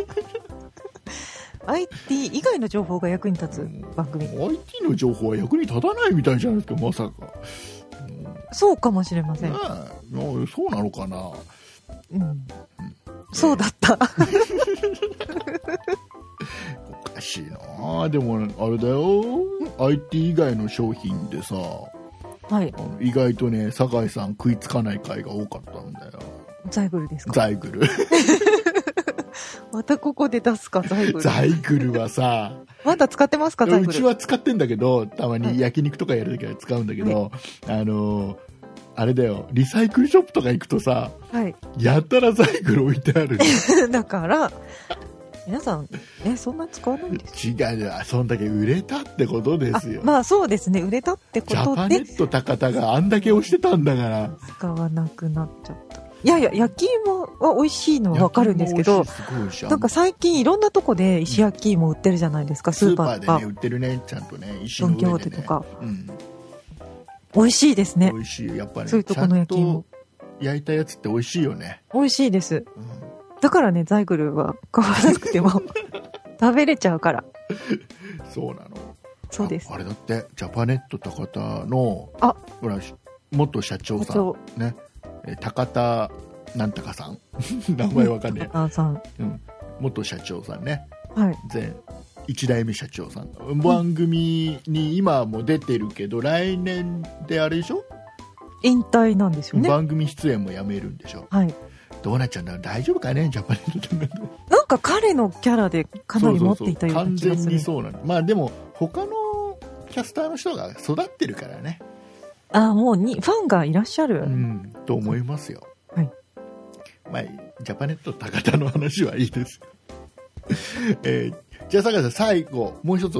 IT 以外の情報が役に立つ番組。
IT の情報は役に立たないみたいじゃないですかまさか、
そうかもしれま
ね
せん。
えもうそうなのかな
うん。そうだった。
おかしいなでもあれだよ IT 以外の商品でさ
はい
あ。の意外とね酒井さん食いつかない回が多かったんだよ
ザイグルですか。
ザイグル
またここで出すか、ザイグル。
ザイグルはさ
まだ使ってますか、ザイ
う
グ
ち
ル。
は使ってんだけどたま
は
に
い
焼肉とかやるときは使うんだけど、あのーあれだよリサイクルショップとか行くとさ
はい。 [LAUGHS]
やたらザイグル置いてある
だから、皆さん、ね、そんな使わないんです
違うよそんだけ売れたってことですよ、
あまあそうですね、売れたってこ
ジャ
と
パネ
で
ット高田があんだけ押してたんだから
使わなくなっちゃった。いやいや、焼き芋は美味しいのはわかるんですけど
焼、き芋美味しいすごい美味しい
なんか最近いろんなとこで石焼き芋売ってるじゃないですか、
ス
スー
ー
パ
パー
ーと
で
か
ね、売ってるねちゃんとね一
ド
緒
ン・
に
キホーテとか。
うん、
美味しいですね
美。味しいよやっぱり、
そうい
ね、
うと
ち
こ
ゃ
の
ん
焼き芋
と焼いたやつって美味しいよね、
美味しいです。
うん
だからね、ザイグルは買わなく
[LAUGHS]
ても食べれちゃうから。
そうなの
そうです
あ。あれだってジャパネット高田の
あ
ほらし元社長さ
社
ん
長
ねえー高田なんとかさん [LAUGHS] 名前わかん
[LAUGHS]
ね
あさん。
え、うん、元社長さんね
はい。
前1代目社長さん番組に今も出てるけど来年であれでしょ、
引退なんですよね。
番組出演もやめるんでしょ
はい。
どうなっちゃうんだろう大丈夫かねジャパネット高田
なんか彼のキャラで [LAUGHS] かなり持っていたような
完
気が
全
する。
にそうなのまあでも他のキャスターの人が育ってるからね
あ、もうに、ファンがいらっしゃる。
うん、と思いますよ。
はい。
まあ、ジャパネット高田の話はいいです。 [LAUGHS] えーじゃあ、坂井さん、最後、もう一つ、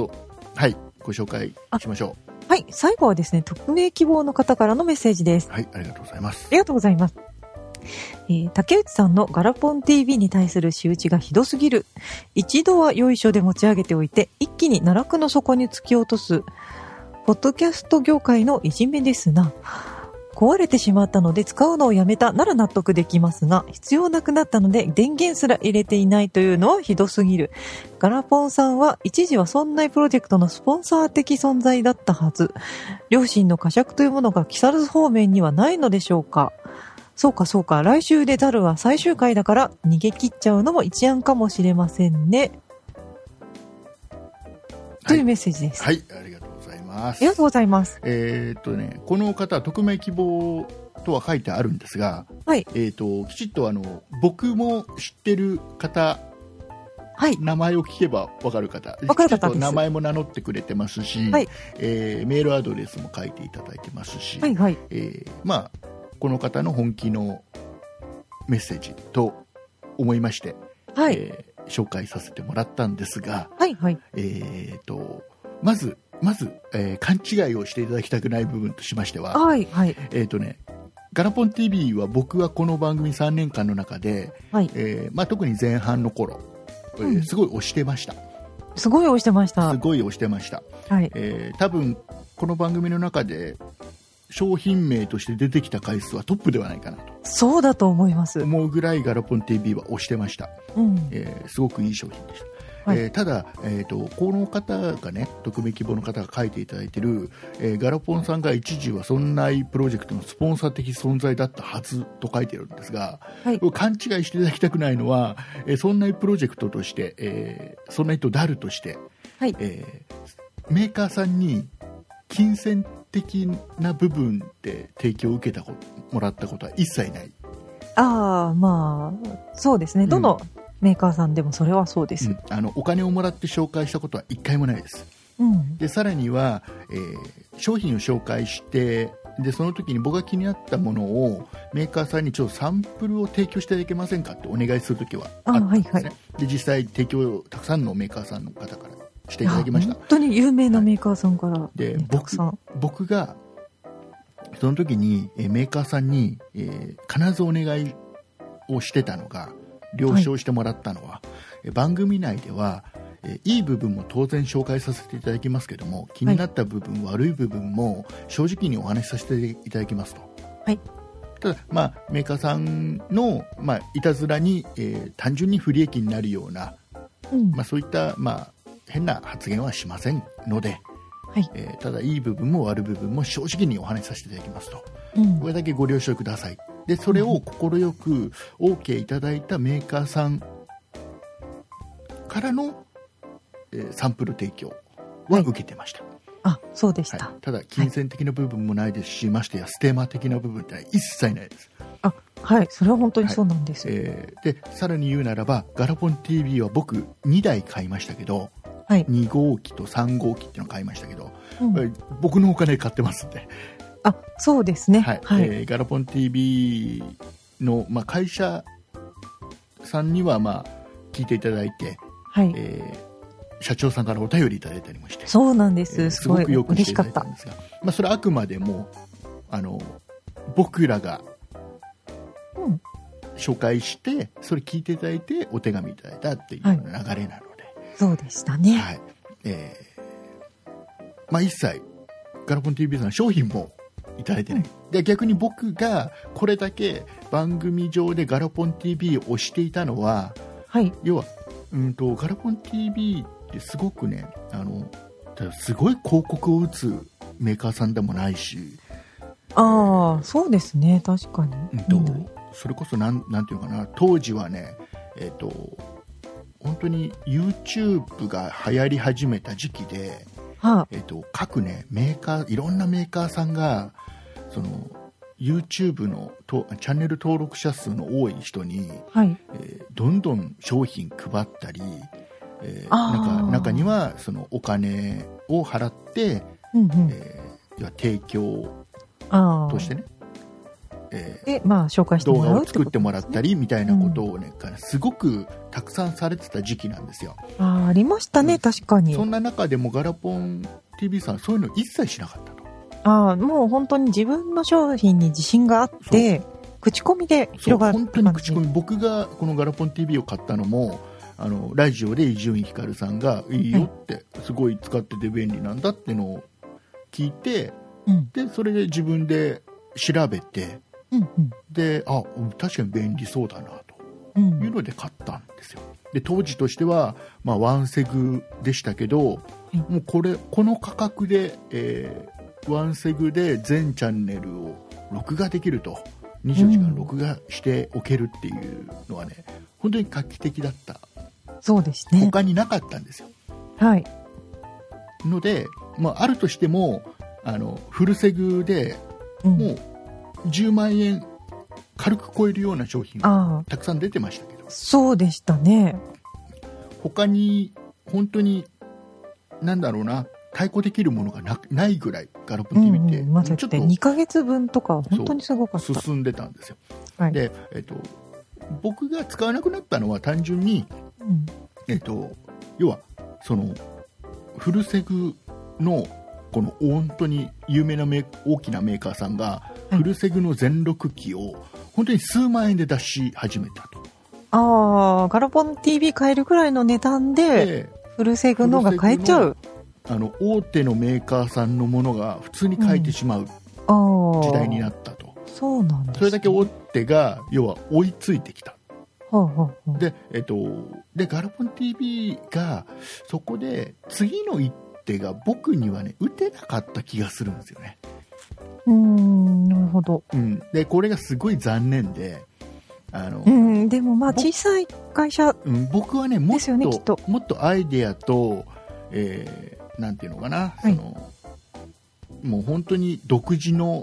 はい、ご紹介しましょ
はい。最後はですね、匿名希望の方からのメッセージです
う。。はい、ありがとうございます
あ。りがとうございます。えー竹内さんのガラポン TV に対する仕打ちがひどすぎる。一度はよいしょで持ち上げておいて、一気に奈落の底に突き落とす。ポッドキャスト業界のいじめですな。壊れてしまったので使うのをやめたなら納得できますが、必要なくなったので電源すら入れていないというのはひどすぎる。ガラポンさんは一時はそんなプロジェクトのスポンサー的存在だったはず。両親の呵責というものが木更津方面にはないのでしょうかそうかそうか、来週でザルは最終回だから逃げ切っちゃうのも一案かもしれませんね。というメッセージです。
はいありがとうございま
あ
す
りがとうございます。
えーっとねこの方匿名希望とは書いてあるんですが、
はい
えーっときちっとあの僕も知ってる方
はい。
名前を聞けば分かる方
分かる方です
ちょっと名前も名乗ってくれてますし、
はい
えーメールアドレスも書いていただいてますし、
はいはい。
えーまあ、この方の本気のメッセージと思いまして、
はい。
えー紹介させてもらったんですが、
はいはい。
えー、とまずまず、えー勘違いをしていただきたくない部分としましては、
はいはい。
えーとね、ガラポン TV は僕はこの番組3年間の中で、
はい
えーまあ、特に前半の頃、えー
うん
すごい推してました
すごい押してました
す。ごい推してました、
はい。
えー多分この番組の中で商品名として出てきた回数はトップではないかなと
そうだと思います。
思うぐらいガラポン TV は推してました、
うん。
えーすごくいい商品でした、
はい
えーただ、えー、とこの方がね匿名希望の方が書いていただいてる、えーガラポンさんが一時はそんなプロジェクトのスポンサー的存在だったはずと書いてるんですが、
はい。
勘違いしていただきたくないのは、えーそんなプロジェクトとして、えーそんな人ダルとして、
はい
えーメーカーさんに金銭的な部分で提供を受けたこともらったことは一切ない
ああ、まあ、そうですね。どのメーカーさんでもそれはそうです。
うんあのお金をもらって紹介したことは1回もないです
うん。
でさらには、えー商品を紹介してでその時に僕が気になったものをメーカーさんにちょっとサンプルを提供していただけませんかってお願いする時はあったんですね、
あはいは
で実際提供をたくさんのメーカーさんの方からしていただきまし
いや
た
本当に有名なメーカーさんから、
で
ねたく
僕
さん。
僕がその時にえーメーカーさんに、えー必ずお願いをしてたのが了承してもらったのは、えー番組内では、えーいい部分も当然紹介させていただきますけども気になった部分、悪い部分も正直にお話しさせていただきますと。
はい
ただ、まあ、メーカーさんの、まあ、いたずらに、えー単純に不利益になるような
うん。
まあ、そういった、まあ、変な発言はしませんので、
はい
えーただ、いい部分も悪い部分も正直にお話しさせていただきますと、
うん
これだけご了承ください、でそれを快く OK いただいたメーカーさんからの、えーサンプル提供は受けてました、
あ、そうでし
はい
た。
ただ、金銭的な部分もないですし、ましてやステーマ的な部分って一切ないです。
あ、はい。それは本当にそうなんです。
えーでさらに言うならばガラポン TV は僕2台買いましたけど、
はい
2号機と3号機っていうのを買いましたけど、
うん
えー僕のお金で買ってますんで、
あ、そうですね。
は
はいい。
えーガラポン TV の、まあ、会社さんには、まあ、聞いていただいて、
はい。
えー社長さんからお便りいただいたりもして
そうなんで
えー
す。すごい
よく
嬉
して
し
い
か
た
っ
だいた
た
ん。ですが、まあ、それはあくまでもあの僕らが
うん。
紹介してそれ聞いていただいてお手紙いただいたっていうような流れなので、
そうでした
はい
ね。
えーまあ、一切ガラポン TV さんの商品もいただいてない、で逆に僕がこれだけ番組上でガラポン TV を推していたのは
はい。
要はうんとガラポン TV ってすごくねあの例えばすごい広告を打つメーカーさんでもないし、
ああ、そうですね。確かに。
うん
みんな
と、それこそなんなんていうのかな当時はねえっ、と本当に YouTube が流行り始めた時期で、
は
えっと各ねメーカーいろんなメーカーさんがその YouTube のとチャンネル登録者数の多い人に、
あ、はい。
えーどんどん商品配ったり、えー
あー
なんか中にはそのお金を払って、
うんうん。
えー要は提供
ああ
と。してね、えー
で、まあ、紹介して
動
もら
画
う
を
って
作
こ
っ
と
てもらったりみたいなことをね、すごくたくさんされてた時期なんですよ、
ああ、ありました
うん
ね。確かに。
そんな中でもガラポン TV さんはそういうの一切しなかったと
ああ、もう本当に自分の商品に自信があって、口コミで
そう
広がる
本当に口コミ僕がこのガラポン TV を買ったのもあのラジオで伊集院光さんがいいよってすごい使ってて便利なんだっていうのを聞いて
うん。
でそれで自分で調べて
うんうん
であうん確かに便利そうだな
う
というんので買ったんですよで当時としては、まあ、ワンセグでしたけど、
い
もうこれこの価格で、えーワンセグで全チャンネルを録画できると24時間録画しておけるっていうのはね、本当に画期的だった
そうですね
他になかったんですよ
はい
ので、まあ、あるとしてもあのフルセグで
うん
もう10万円軽く超えるような商品が
ああ
たくさん出てましたけど
そうでしたね
他に本当になんだろうな対抗できるものがなないぐらいガラポ
う
ン
ん
ティ
うんま
見
さ
て
に
ちょっ
2ヶ月分とかは
そう
本当にすごかった
と進んでたんですよ。
はい
で、えっと僕が使わなくなったのは単純に、
うん
えっと要はそのフルセグのこの本当に有名なメー大きなメーカーさんが
うん
フルセグの全録機を本当に数万円で出し始めたと。
ああガラポン TV 買えるくらいの値段で
で
フルセグのが買えちゃう
あの大手のメーカーさんのものが普通に買えてしまう
ああ
時代になったと、
そうなんですね
それだけ大手が要は追いついてきた
ほうほうほう
で,、えっと、でガラポン TV がそこで次の一手が僕にはね打てなかった気がするんですよね、
うーんなるほど
うん、でこれがすごい残念であの、
うんでもまあ
ぼ
小さい会社
うん僕はねもっ
です
と
よねきっと
もっとアイデアと、えーなんていうのかな、
はい
そのもう本当に独自の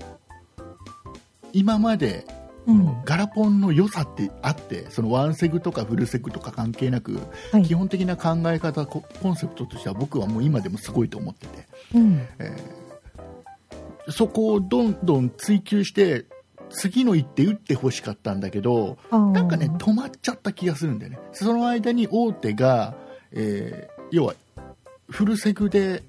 今まで
うん
ガラポンの良さってあってそのワンセグとかフルセグとか関係なく、
はい
基本的な考え方ココンセプトとしては僕はもう今でもすごいと思ってて、
うん
えーそこをどんどん追求して次の一手打ってほしかったんだけど
あー
なんかね止まっちゃった気がするんだよねその間に大手が、えー要はフルセグで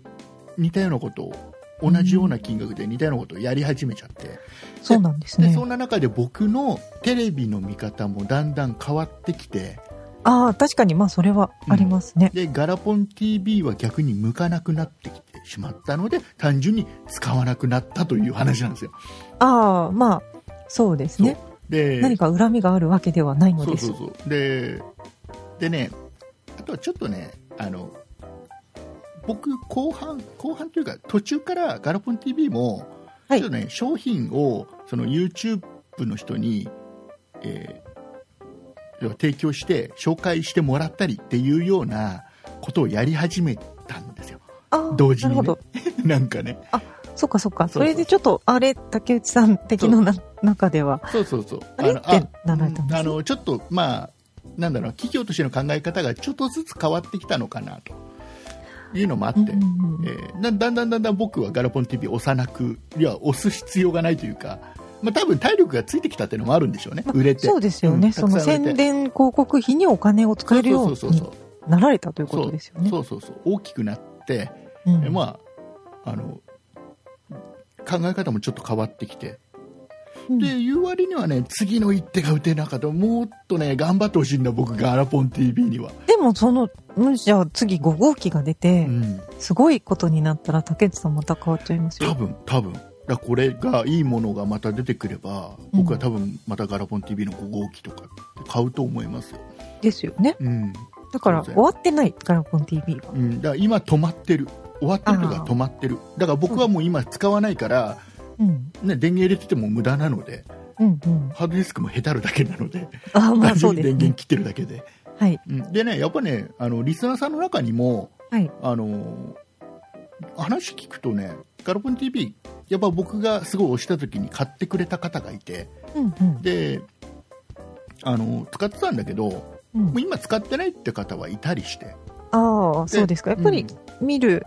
似たようなことを同じような金額で似たようなことをやり始めちゃって、
そうなんです
で
ね
そんな中で僕のテレビの見方もだんだん変わってきて
ああ確かにまあそれはありますね、
でガラポン TV は逆に向かなくなってきてしまったので単純に使わなくなったという話なんですよ。
ああまあそうですね
そうで
何か恨みがあるわけではないの
そう
です
そうそうででねあとはちょっとねあの僕後半後半というか途中からガラポン TV も、
はい
ちょっとね商品をその YouTube の人に、えー要は提供して紹介してもらったりっていうようなことをやり始めたんですよ
ああ
同時にね
なるほど
[LAUGHS] なんかね
そっかそっか
そ
そ
そう
うれでちょっとあれ竹内さん的のな中では
そうそうそう
あれ
の
ってなられたんですね
あのちょっとまあなんだろう企業としての考え方がちょっとずつ変わってきたのかなというのもあって、
うんうんうん
えーだだんだんだんだん僕はガラポン TV を押さなくいや押す必要がないというか、まあ、多分体力がついてきたっていうのもあるんでしょうね、
まあ
売れて
そうですよね、
うんた
そ
くさ
の
ん売れて
宣伝広告費にお金を使えるよう
そうそう
に
そう
なられたという
そ
こ
う
とですよね
そうそうそう大きくなって、
うん
えまああの考え方もちょっと変わってきて
うん
で言う割にはね次の一手が打てなかったもっとね頑張ってほしいんだ僕ガラポン TV には、
でもそのうんじゃあ次5号機が出て、
うん、
すごいことになったら竹内さんまた変わっちゃいます
多
よ
分多分だからこれがいいものがまた出てくれば
うん
僕は多分またガラポン TV の5号機とか買うと思いますよ、
ですよね
うん
だから
そうですね
終わってないガラポン TV は
うん、だから今止まってる終わってるとか
あー
止まってるだから僕はもう今使わないから、
うん
ね、電源入れてても無駄なので
うんうん
ハードディスクもへたるだけなので
あま
単 [LAUGHS]
あそ
純
う
に
です
電源
ね
切ってるだけで、
はい
うん、でねやっぱねあのリスナーさんの中にも
はい
あの話聞くとねガラポン TV やっぱ僕がすごい押した時に買ってくれた方がいて、
うんうん
であの使ってたんだけども
うん
う今使ってないって方はいたりして
ああそうですかやっぱり見る、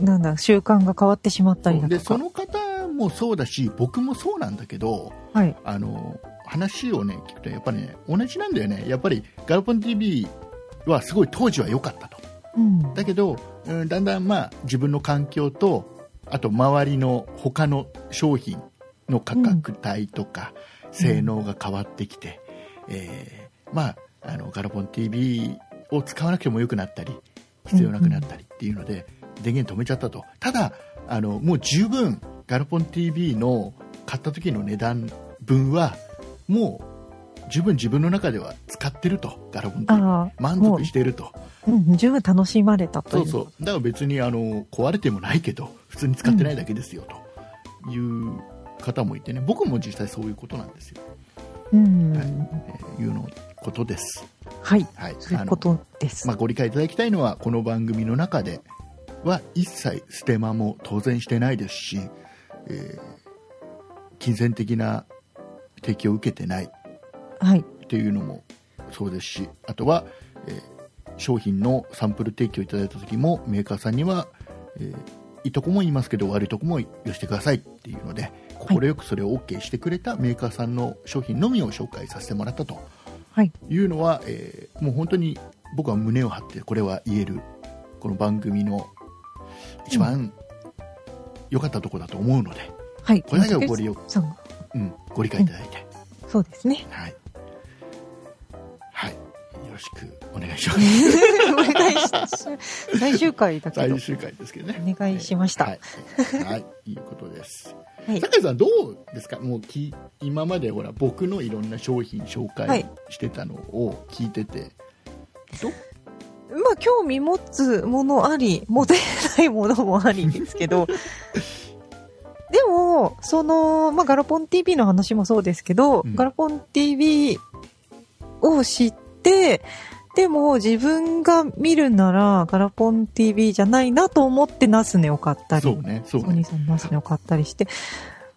なんだ習慣が変わってしまったり
うん
だ
で
と
そ
か
の方もそうだし僕もそうなんだけど
はい
あの話をね聞くとやっぱね同じなんだよねやっぱりガルポン TV はすごい当時は良かったと
うん
だけど、うん、だんだんまあ自分の環境とあと周りの他の商品の価格帯とか性能が変わってきて、えーまああのガラポン TV を使わなくても良くなったり必要なくなったりっていうので、電源止めちゃったとただあのもう十分ガラポン TV の買った時の値段分はもう十分自分の中では使ってるとガラポンティー
ああ
満
も
足してると
う、うん、十分楽しまれたと
そ
いうう
そうだから別にあの壊れてもないけど普通に使ってないだけですよ、という方もいてね僕も実際そういうことなんですよ、
うん
はいえーいうのことです、
はい
はい、
そうい
あ
う
の
ことです、
まあ、ご理解いただきたいのはこの番組の中では一切ステマも当然してないですし、えー金銭的な提供を受けてない
はい
っていうのもそうですしあとは、えー商品のサンプル提供いただいた時もメーカーさんには、えーいいとこも言いますけど悪いとこも言わせてくださいっていうので快くそれを OK してくれたメーカーさんの商品のみを紹介させてもらったと
はい
いうのは、えーもう本当に僕は胸を張ってこれは言えるこの番組の一番良かったとこだと思うので、
はい
これだけはご利用
そう
うん、ご理解いただいて、
そうですね [LAUGHS]
はい。はい。よろしくお願いします。
お願いします最終回だけど
最終回ですけどね。
お願いしました
はい。はい。いうことです。
はい
酒井さん、どうですかもうき、今までほら、僕のいろんな商品紹
はい
介してたのを聞いてて、
まあ興味持つものあり持てないものもありですけ
[LAUGHS]
どでもその、まあ、ガラポン TV の話もそうですけど、
うん
ガラポン TV を知ってでも自分が見るならガラポン TV じゃないなと思ってナスネを買ったり
そうね、そう
ソニ
ね
ー。さんのナスネを買ったりして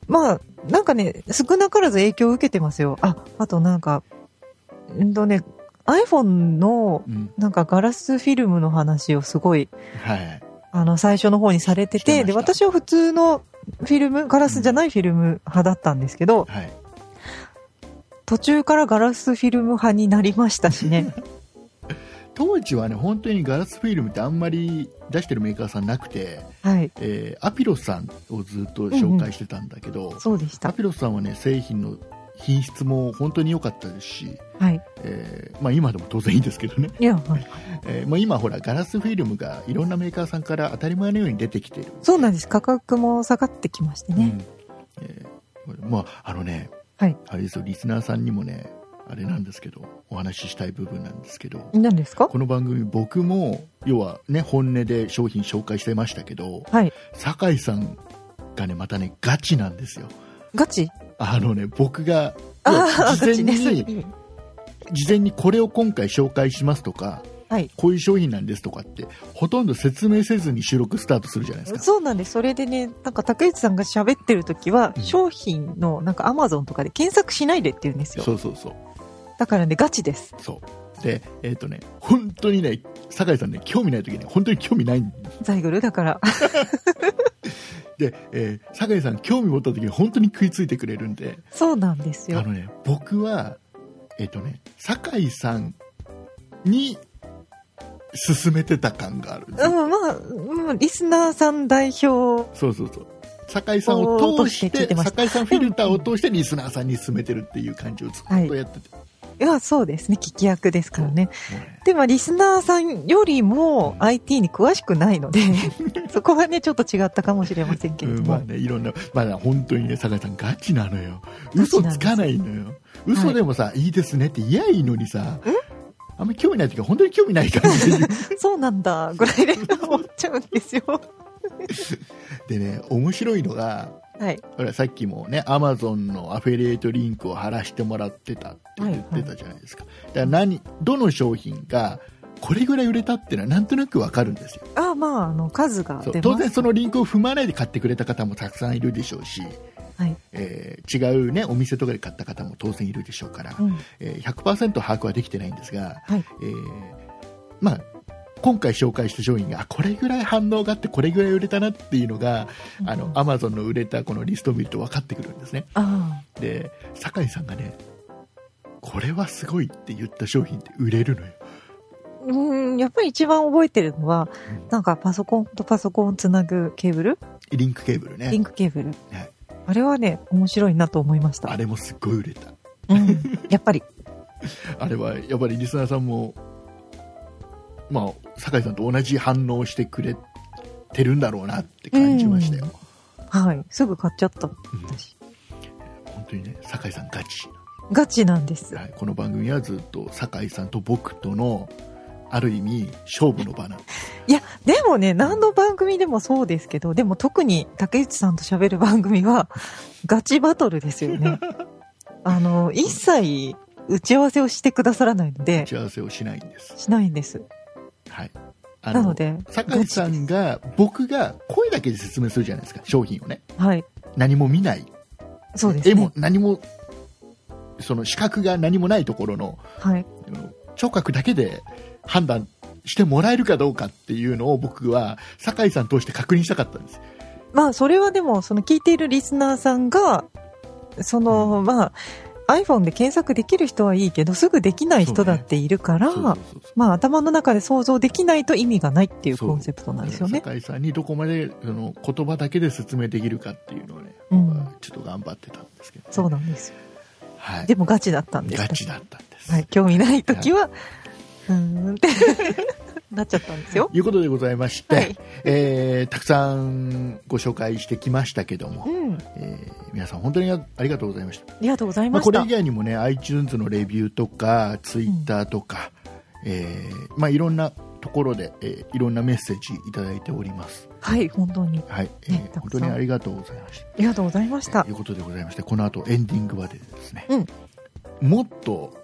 まあなんかね少なからず影響を受けてますよああとなんかうんとね iPhone の
うん。
なんかガラスフィルムの話をすごい、
はい。
あの、最初の方にされて
して
て、
ま
で、
した
私は普通のフィルム、ガラスじゃないフィルム派だったんですけど、
はい。
途中からガラスフィルム派になりましたし
[LAUGHS]
ね。
当時はね、本当にガラスフィルムってあんまり出してるメーカーさんなくて、
はい。
えーアピロさんをずっと紹介してたんだけど、
そうでし
ア
た。
ピロスさんはね製品の品質も本当に良かったですし、
はい。
えーまあ、今でも当然いいんですけどね、
いや、はい
えーまあ、今ほらガラスフィルムがいろんなメーカーさんから当たり前のように出てきてる、
そうなんです。価格も下がってきましてね。
うんえーまああのね、
はい
あれですよリスナーさんにもねあれなんですけどお話ししたい部分なんですけど
何ですか
この番組僕も要はね本音で商品紹介してましたけど
はい。
酒井さんがねまたねガチなんですよ
ガチ
あのね僕が
ああ、
事
ガ
前
チね。
に事前にこれを今回紹介しますとか
はい。
こういう商品なんですとかってほとんど説明せずに収録スタートするじゃないですか
そうなんです。それでね、なんか竹内さんが喋ってる時は、
うん
商品のなんかアマゾンとかで検索しないでって言うんですよ。
そうそうそう
だからね、ガチです。
そうでえっ、とね本当にね酒井さんね興味ない時ね本当に興味ないん
ザイグルだから。
で、えー酒井さん興味持った時に本当に食いついてくれるんで
そうなんです
あ
よ。
のね僕はえっ、とね酒井さんに勧めてた感があるんですよ
うん、まあ、うん、リスナーさん代表。
そうそうそう酒井さんを通し
通して聞
て
いてました
酒井さんフィルターを通してリスナーさんに勧めてるっていう感じをずっとやってて、
いや、そうですね。聞き役ですからね。
もうね
で、まあ、リスナーさんよりも IT に詳しくない
[LAUGHS]
ので、そこはね、ちょっと違ったかもしれませんけれど
うん
も。
まあねいろんなまあ本当にね酒井さんガチなのよ
ガチ
嘘
なんですよ
つかないのよ嘘でもさ、い、いですねって言えばいいのにさあんまり興味ない時は本当に興味ないからっていう
[LAUGHS] そうなんだ、ぐらいで思っちゃうん
[LAUGHS]
ですよ。
でね面白いのが
はい。
ほらさっきもねアマゾンのアフィリエイトリンクを貼らしてもらってたって言ってたじゃないですか、だから何どの商品がこれぐらい売れたっていうのはなんとなくわかるんですよ
あまあ、あの、数が
そう
出
当
ま
然
す。
そのリンクを踏まないで買ってくれた方もたくさんいるでしょうし、
はい。
えー違う、ね、お店とかで買った方も当然いるでしょうから、
うん。
えー100%把握はできてないんですが、
はい
えーまあ、今回紹介した商品があこれぐらい反応があってこれぐらい売れたなっていうのが、あの Amazon の売れたこのリストを見ると分かってくるんですね
あ
で酒井さんがねこれはすごいって言った商品って売れるのよ
あ。うん、やっぱり一番覚えてるのは
うん、
なんかパソコンとパソコンをつなぐケーブル
リンクケーブルね
リンクケーブル。
はい
あれはね、面白いなと思いました。
あれもすっごい売れた
うんやっぱり。
あれはやっぱりリスナーさんも、まあ、酒井さんと同じ反応をしてくれてるんだろうなって感じましたよ。
はい。すぐ買っちゃった。
うん
私。
本当にね酒井さんガチ、
ガチなんです。
はい、この番組はずっと酒井さんと僕とのある意味勝負の場なんです
いや、でもね、何の番組でもそうですけど、でも特に竹内さんと喋る番
[LAUGHS]
組は、ガチバトルですよね。あの、一切打ち合わせをしてくださらないの
打
で、
ち合わせをしないんです、
しないんです。
はい、あ
なので、
酒井さんが僕が声だけで説明するじゃないですか商品をね
はい。
何も見ない
そうです、ね。
絵も何もその視覚が何もないところの
はい。
あの聴覚だけで判断してもらえるかどうかっていうのを僕は酒井さん通して確認したかったんです
まあ、それはでも、その聞いているリスナーさんが、その、まあ、iPhone で検索できる人はいいけど、すぐできない人だっているから、
そうそうそうそう
まあ、頭の中で想像できないと意味がないっていう
そう
コンセプトなんですよね。
酒井さんにどこまでその言葉だけで説明できるかっていうのをね、
うん
僕はちょっと頑張ってたんですけど、
そうなんですよ。
はい、
でもガチだったんです。
ガチだったんです、
はい、興味ない時は、うーんって、 [LAUGHS] なっちゃったんですよ
と。いうことでございまして、
はい
えーたくさんご紹介してきましたけども
う、ん。
えー皆さん本当にありがとうございました
ありがとうござい
まあ、
ま
こ
し
れ
た。
以外にもね iTunes のレビューとか Twitter とか、えーまあ、いろんなところで、えーいろんなメッセージいただいております、
はい、本当に。あ
はいえー
ねた
本
く
当
さん
にありがとうございました
りがとうございまし
と
た
い。うことでございましてこの後エンディングまでですね、
うん
もっと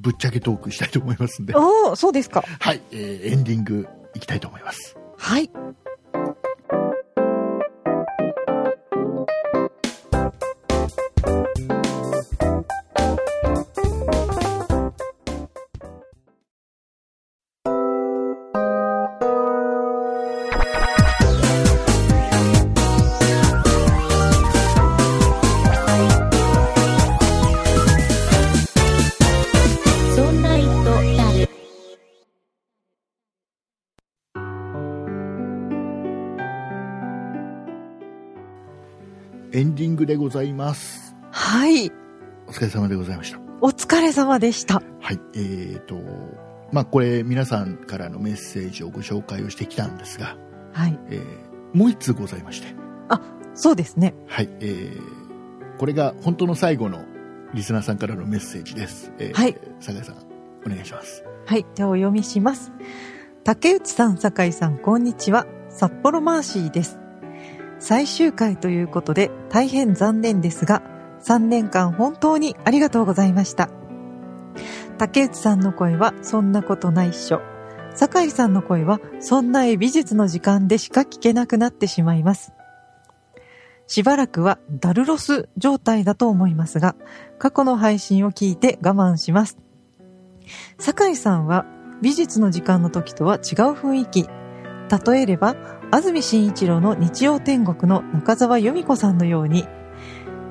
ぶっちゃけトークしたいと思いますんで、
おおそうですか。
はいえーエンディングいきたいと思います
はい。
そんな糸だる。
エンディングでございます
はい。
お疲れ様でございました
お疲れ様でした。
はい、えーと、まあ、これ皆さんからのメッセージをご紹介をしてきたんですが、
はい。
えーもう一通ございまして、
そうですね。
はい、えーこれが本当の最後のリスナーさんからのメッセージです。えー
はい。
酒井さん、お願いします。
はい。ではお読みします。竹内さん、酒井さん、こんにちは。札幌マーシーです。最終回ということで大変残念ですが、3年間本当にありがとうございました。竹内さんの声はそんなことないっしょ。酒井さんの声はそんな絵美術の時間でしか聞けなくなってしまいます。しばらくはダルロス状態だと思いますが、過去の配信を聞いて我慢します。酒井さんは美術の時間の時とは違う雰囲気。例えれば、安住紳一郎の日曜天国の中澤由美子さんのように、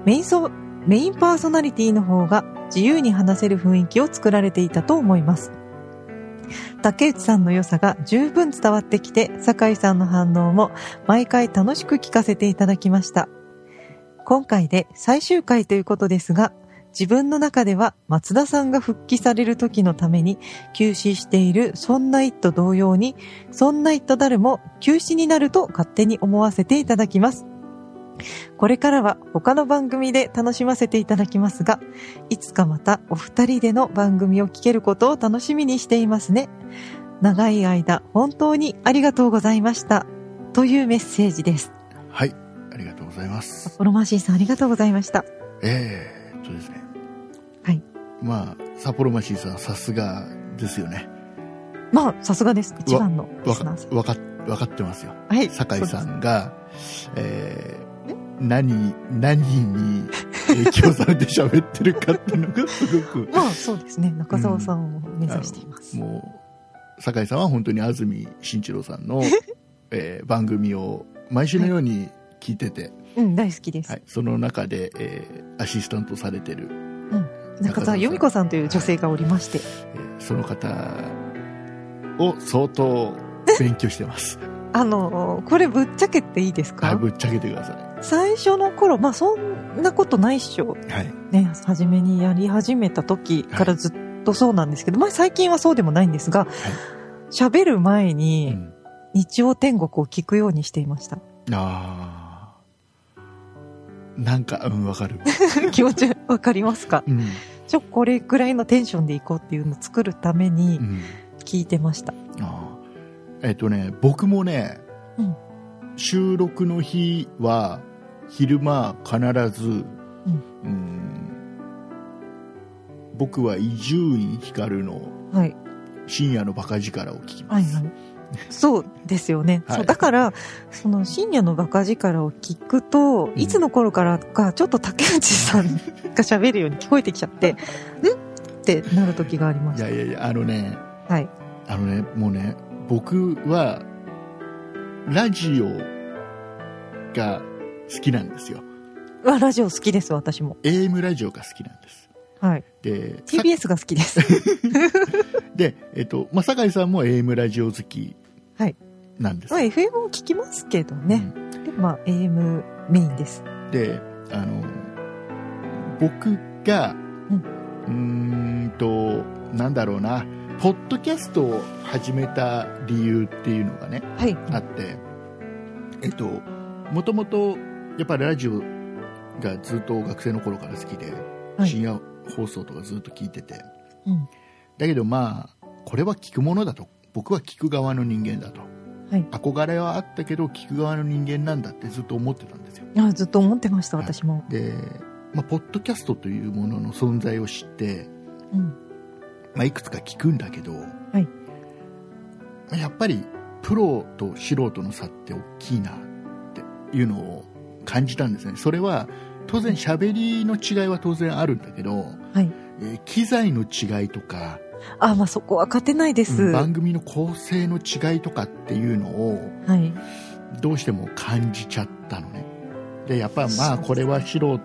メインソメインパーソナリティの方が自由に話せる雰囲気を作られていたと思います。竹内さんの良さが十分伝わってきて、酒井さんの反応も毎回楽しく聞かせていただきました。今回で最終回ということですが、自分の中では松田さんが復帰される時のために休止しているそんな一途同様に、そんな一途誰も休止になると勝手に思わせていただきます。これからは他の番組で楽しませていただきますが、いつかまたお二人での番組を聞けることを楽しみにしていますね。長い間本当にありがとうございました。というメッセージです。
はい、ありがとうございます。
オロマンシンさんありがとうございました。
えーっとですね。
はい。
まあ、札幌マシーさん、さすがですよね。
まあ、さすがです。一番のリ
わ
スナ
か
ーさ、
わか、わかってますよ。
ん。はい。
酒井さ
そうで
んが、えー何、何に影響されて喋ってるかっていうのがすごく
す。、まあ、そうですね。中澤さんを目指しています。
もう、酒井さんは本当に安住慎一郎さ [LAUGHS] んの、えー番組を毎週のように聞いてて、
うん、大好きです。
はい、その中で、えーアシスタントされてる、
中澤由美子さんという女性がおりまして。
えーその方を相当勉強して [LAUGHS] ます。
あの、これぶっちゃけていいですか、
はい、ぶっちゃけてくださ
最初の頃、まあ、そんなことないっしょ。
い。はい。
ね、初めにやり始めた時からずっとそうなんですけど、まあ、最近はそうでもないんですが、喋、る前
う
に
ん、
日曜天国を聞くようにしていました。
ああ。なんかうんわか [LAUGHS] る、
[LAUGHS] 気持ちわかりますか
うん
ちょ、これくらいのテンションでいこうっていうのを作るために
うん、
聞いてました。
ああえっ、とね僕もね、
うん
収録の日は昼間必ず、
うん
うん僕は伊集院光の
はい。
深夜のバカ力を聞きま
はい
す、 [LAUGHS]
はい。そうですよね。
はい
そうだから、その深夜のバカ力を聞くと、いつの頃からか、ちょっと竹内さんが喋るように聞こえてきちゃって、んってなる時がありま
い
し
やいやいやあのね
た。はい。
あのねもうね僕はラジオが好きなんですよ
うわラジオ好きです、私も。
AM ラジオが好きなんです
はい。
でさ
TBS が好
[LAUGHS]
きです。
で、えっとまあ、酒井さんも AM ラジオ好き
はい
なんです、
まあ、FM も聞きますけどね。
う
で、まあ、AM メインです。
んであの僕がうーんとなんだろうなポッドキャストを始めた理由っていうのがね
はい。
あってえっともともとやっぱりラジオがずっと学生の頃から好きで、
はい
深夜放送とかずっと聞いてて
うん。
だけどまあこれは聞くものだと僕は聞く側の人間だと、
はい
憧れはあったけど聞く側の人間なんだってずっと思ってたんですよ
あずっと思ってました、
はい
私も。
で、まあ、ポッドキャストというものの存在を知って、
うん。
まあ、いくつか聞くんだけど、
い
やっぱりプロと素人の差って大きいなっていうのを感じたんですねそれは当然喋りの違いは当然あるんだけど、
はい。
えー機材の違いとか、
あ、まあ、そこは勝てないです。
うん
は
番組の構成の違いとかっていうのを
い。
どうしても感じちゃったのねでやっぱまあ
そうですね
これは素人の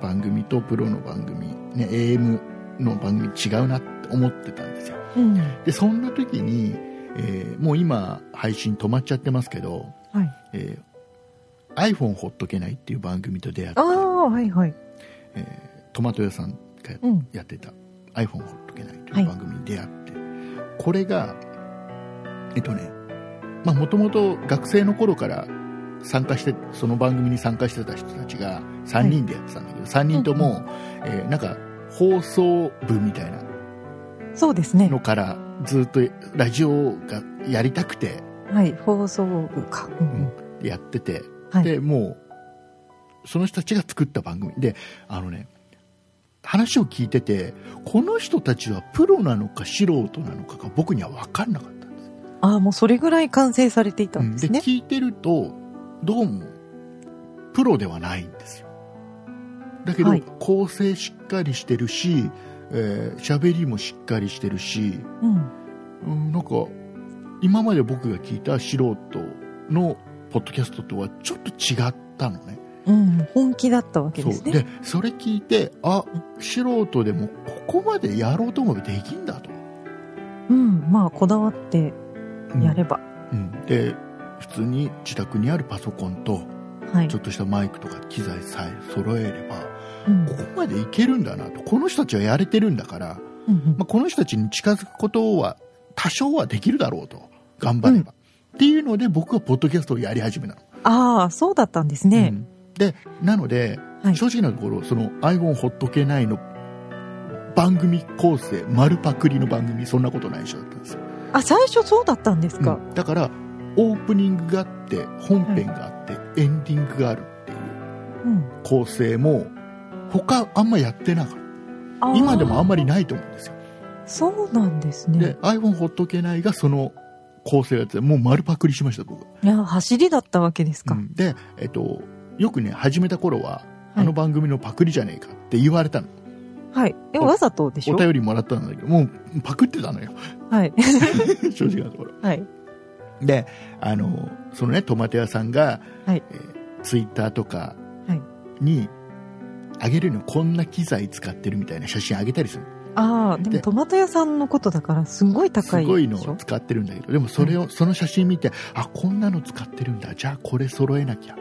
番組とプロの番組、ね、AM の番組違うなって思ってたんですよ
うん。
でそんな時に、えーもう今配信止まっちゃってますけど、
はい。
えー iPhone ほっとけないっていう番組と出会って
ああ、はいはい。
トマト屋さんが
うん。
やってた iPhone ほっとけないという番組に出会って、これがえっとねまあもともと学生の頃から参加してその番組に参加してた人たちが3人でやってたんだけど、3人とも、えーなんか放送部みたいな
そうですね。
のからずっとラジオがやりたくて
はい。放送部か。うんうん
やってて、
はい
でもうその人たちが作った番組であのね話を聞いててこの人たちはプロなのか素人なのかが僕には分かんなかったんです
ああ、もうそれぐらい完成されていたんです
で
ね。
聞いてるとどうもプロではないんですよだけど、
はい
構成しっかりしてるしえー喋、りもしっかりしてるし、
うん。
うん、なんか今まで僕が聞いた素人のポッドキャストとはちょっと違ったのね
うん。本気だったわけ
そ
で
う
すね。
でそれ聞いてあ素人でもここまでやろうともできんだと、
うん。まあ、こだわって
うん
やれば。
うんで普通に自宅にあるパソコンと
はい
ちょ。っとしたマイクとか機材さえ揃えれば
うん。
ここまでいけるんだなとこの人たちはやれてるんだから、
うんうん
まあ、この人たちに近づくことは多少はできるだろうと頑張れば、っていうので僕はポッドキャストをやり始めたの、
ああ、そうだったんです
う
ね。
んでなので
はい。
正直なところその iPhone ほっとけないの番組構成丸パクリの番組そんなことない人だったんですよ、
あ、最初そうだったんですか。
うんだからオープニングがあって本編があって、エンディングがあるっていう
うん。
構成も他あんまやってなかった
ああ
今でもあんまりないと思うんですよ
そうなんですね
で。iPhone ほっとけないがその構成がやってもう丸パクリしました僕、
いや、走りだったわけです
う
か。
んで、えっと、よくね始めた頃は、
はい
あの番組のパクリじゃねえかって言われたの
はい。え、わざとでし
お
ょ
便りもらったんだけどもうパクってたのよ [LAUGHS]
はい。 [LAUGHS]
正直なところ
はい。
であのそのねトマト屋さんが、
はい
えーツイッターとか
はい
にあげるのこんな機材使ってるみたいな写真あげたりする
ああ、でも
で
トマト屋さんのことだからすごい
す
高いでしょ。
ごいのを使ってるんだけどでもそれを、その写真見てあこんなの使ってるんだじゃあこれ揃えなきゃ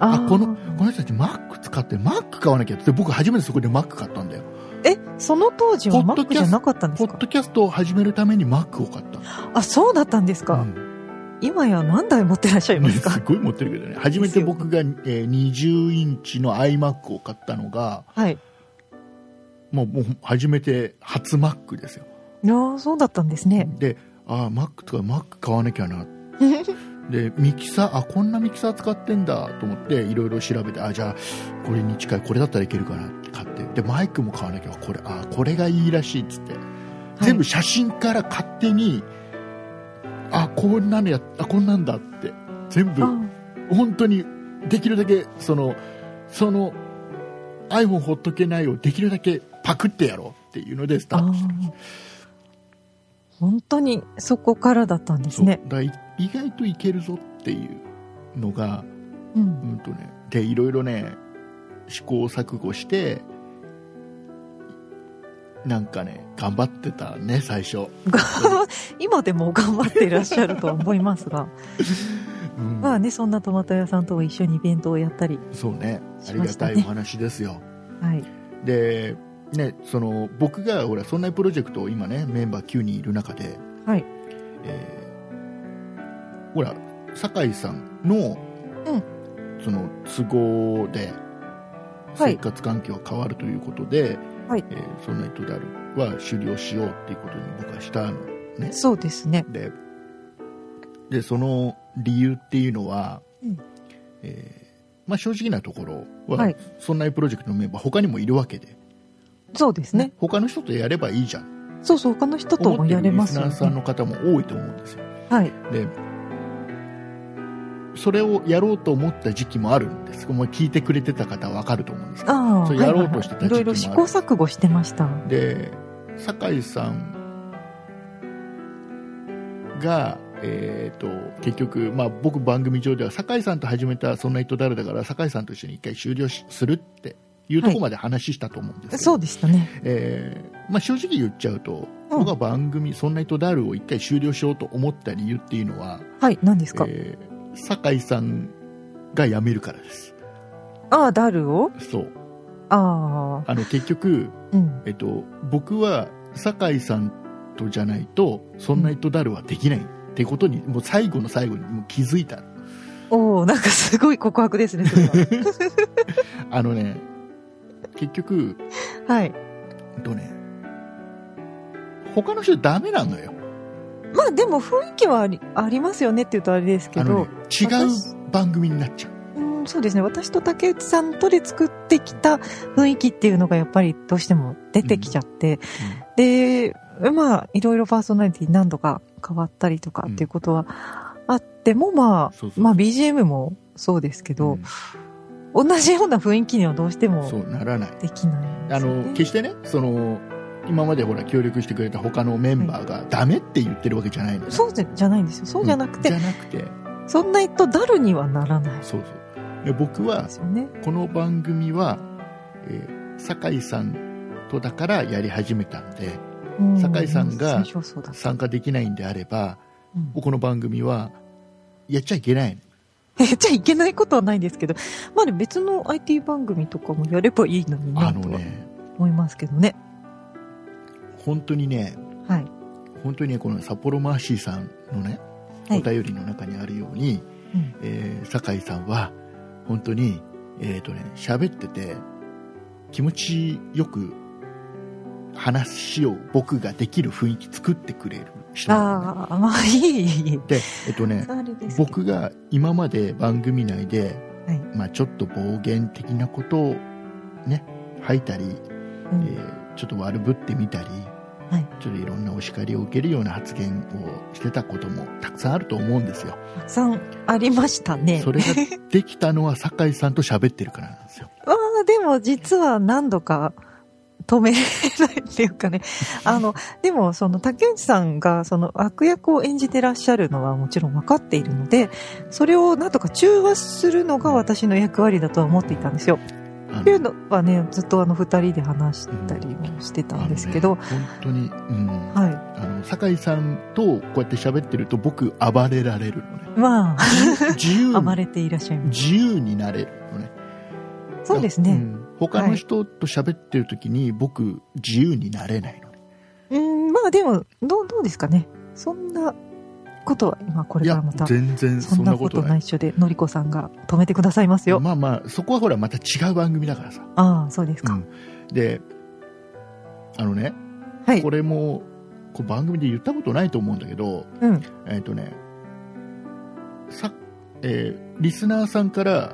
あ
ー
このこの人たち Mac 使ってる Mac 買わなきゃって僕初めてそこで Mac 買ったんだよ
え、その当時は
ポ
マ
ッド
ック
キ
じ
ャス
ゃなかったんで
ポ
す
ッ
か
ドキャストを始めるために Mac を買ったの
あ、そうだったんですか。
うん
今や何台持ってらっしゃいま
[LAUGHS]
す
す
か
ごい持ってるけどね初めて僕が、えー20インチの iMac を買ったのが
はい。
もうもう初めて初 Mac ですよ
いやーそうだったんですね。
でああ Mac とか Mac 買わなきゃなでミキサーあこんなミキサー使ってんだと思っていろいろ調べてあじゃあこれに近いこれだったらいけるかなって買ってでマイクも買わなきゃこれあこれがいいらしいっつって全部写真から勝手に、あこんなのやあこんなんだって全部
あ
本当にできるだけそのその iPhone ほっとけないをできるだけパクってやろうっていうのでスタ
あ
ート
ー。本当にそこからだったんです
そう
ね。
だからい意外といけるぞっていうのが、
うん [LAUGHS]
う。んとね、でいろいろね試行錯誤してなんかね頑張ってたね最初、
今でも頑張っていらっしゃるとは思いますが、
うん
まあね、そんなトマト屋さんと一緒にイベントをやったり、
そうねあ
し
り
ま
が
した
た
ね
いお話ですよ
はい。
でねその僕がほらそんなプロジェクトを今ねメンバー9人いる中で、
はい。
えーほら酒井さんの、
うん
その都合で
はい
生活環境が変わるということで、
はい
えーそんな人であるは終了しようっていうことに僕はしたのね
そうですね。
ででその理由っていうのは、
うん
えーまあ、正直なところは、
はい
そんなプロジェクトのメンバー他にもいるわけで、
そうですね。
他の人とやればいいじゃん
そうそう、他の人と
思
も
って
やれ
るリ
ます
ス
よ
ナーさん
ね。
の方も多いと思うんですよ
はい。
でそれをやろうと思った時期もあるんですもう聞いてくれてた方は分かると思うんですけど
ああ、
それやろうとしてた
はいはいはいいろいろ
時期
試
もあ
行
る
錯誤してました。
で酒井さんが、えー、と結局、まあ、僕番組上では酒井さんと始めた「そんな人誰だ」から酒井さんと一緒に一回終了しするっていうところまで話したと思うんですけど、
そうでしたね。
えーまあ、正直言っちゃうと、
うん
僕は番組「そんな人だる」を一回終了しようと思った理由っていうのは、
はい、何ですか、
えー酒井さんが辞めるからです
ああ、ダルを
そう
ああ、
あの結局、
うん。
えっと、僕は酒井さんとじゃないと「そんな人だる」はできないってことにもう最後の最後にもう気づいた
おおなんかすごい告白ですね、それ
[LAUGHS]
は。
あのね結局、
はい。
えっとね、他の人ダメなのよ
まあでも雰囲気はありありますよねって言うとあれですけ
あ
ど
の、ね、違う番組になっちゃう
うん、そうですね。私と竹内さんとで作ってきた雰囲気っていうのがやっぱりどうしても出てきちゃって、で、まあ、いろいろパーソナリティ何度か変わったりとかっていうことはあっても、ま
そうそう
あ、
そう
まあ BGM もそうですけど、同じような雰囲気にはどうして
うんそ
も
うならない
できないんで
あ
すよね、
の決してねその今までほら協力してくれた他のメンバーがダメって言ってるわけじゃないのよ
そうじゃじゃないんですよ。そうじゃなくて、
うんじゃなくて
そんな人ダルにはならない。
そうそうで僕は
ですよね。
この番組は、えー酒井さんとだからやり始めたんで
う
酒井さんが
最初はそうだった [LAUGHS]
参加できないんであれば
うん
この番組はやっちゃいけないの
やっちゃいけないことはないんですけど、まあね、別の IT 番組とかもやればいいのに
あ
な
の
とは
ね
思いますけどね。
本当にね
はい。
本当にねこの札幌マーシーさんのね
はい
お便りの中にあるように、
うん
えー酒井さんは本当にえっ、とね喋ってて気持ちよく話を僕ができる雰囲気作ってくれる人なのね
ああ、まあいい、いい。
でえっとね
あれですけど
僕が今まで番組内で、
はい
まあ、ちょっと暴言的なことをね吐いたり、
う
え
ん
ーちょっと悪ぶってみたり、
はい
ちょっといろんなお叱りを受けるような発言をしてたこともたくさんあると思うんですよ、
たくさんありましたね。
それができたのは酒井さんと喋ってるからなんですよ
まあでも実は何度か止められないってい
[LAUGHS]
うかね。あの、でもその竹内さんがその悪役を演じてらっしゃるのはもちろん分かっているので、それをなんとか中和するのが私の役割だとは思っていたんですよ。
あ
っていうのはね、ずっとあの二人で話したりもしてたんですけど、
あのね本当に、うん
は
あの酒井さんとこうやって喋ってると僕暴れられる
[LAUGHS]
のね
い。まあ、
自由
暴
に
れていらっしゃいます。
自由になれるのね
そうですね。
ん他の人と喋ってる時に僕自由になれないのね、
うん、まあでも、どう、どうですかね。そんなことは今これ
い
から
や
また
全然
そ
そ
ん
ん
な
な
こ
ことと
な
ない
いっしょでのりこさんが止めてくださいますよ、
まあまあそこはほらまた違う番組だからさ、
ああそうです
う
か、
ん、であのね
はい
これもこう番組で言ったことないと思うんだけど
うん
えっ、とねさ、えーリスナーさんから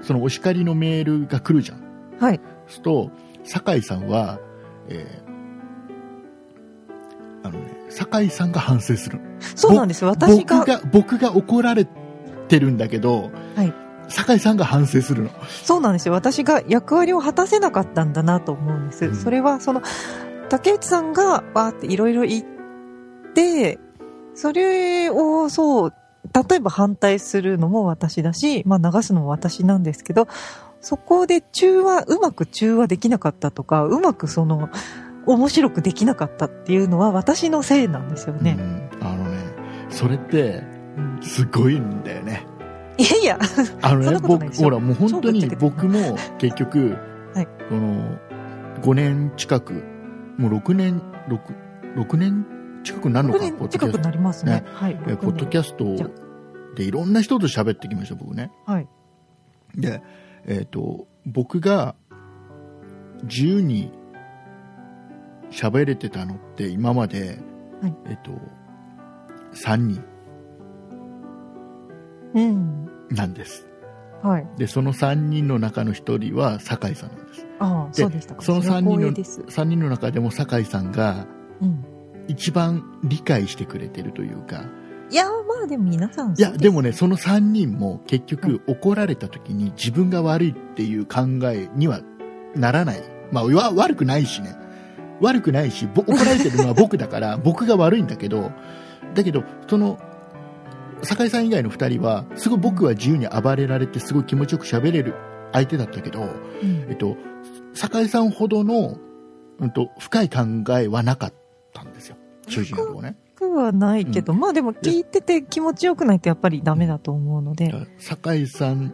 そのお叱りのメールが来るじゃん
はい
すると酒井さんは、えーあのね、酒井さんが反省する
そうなんですよ私が
僕が僕が怒られてるんだけど、
はい
酒井さんが反省するの
そうなんですよ私が役割を果たせなかったんだなと思うんです、
うん
それはその竹内さんがわーっていろいろ言ってそれをそう例えば反対するのも私だし、まあ、流すのも私なんですけどそこで中和うまく中和できなかったとかうまくその面白くできなかったっていうのは私のせいなんですよね、
うんあのねそれって
うん
すごいんだよね
いやいや
あの
そん
ね
なことな
僕
いですよ
ほらもう本当に
超ぶっちゃけて
僕
[LAUGHS]
も結局、
はい
この5年近くもう6年 6, 6年近くになるの
6
かポッ
年
ドキャ
近
スト
くなりますね
ね
はい
えーポッドキャスト
じゃ
でいろんな人と喋ってきました僕ね
はい
で、えっと僕が自由に喋れてたのって今まで、
はい
えっと3人
うん
なんです
はい
でその3人の中の1人は酒井さんなんです
ああ
で
そうでしたか
その
れは
三人の
光栄です
3人の中でも酒井さんが
うん、
一番理解してくれてるというか
いやまあでも皆さん
いや
そうす
でもねその3人も結局怒られた時に自分が悪いっていう考えにはならない、まあ、わ悪くないしね悪くないしぼ怒られてるのは僕だから [LAUGHS] 僕が悪いんだけどだけどその酒井さん以外の2人はすごい僕は自由に暴れられてすごい気持ちよく喋れる相手だったけど、
うん
えっと、酒井さんほどの、うん、と深い考えはなかったんですよ主人公ね。
僕はないけど、まあでも聞いてて気持ちよくないとやっぱりダメだと思うので、
酒井さん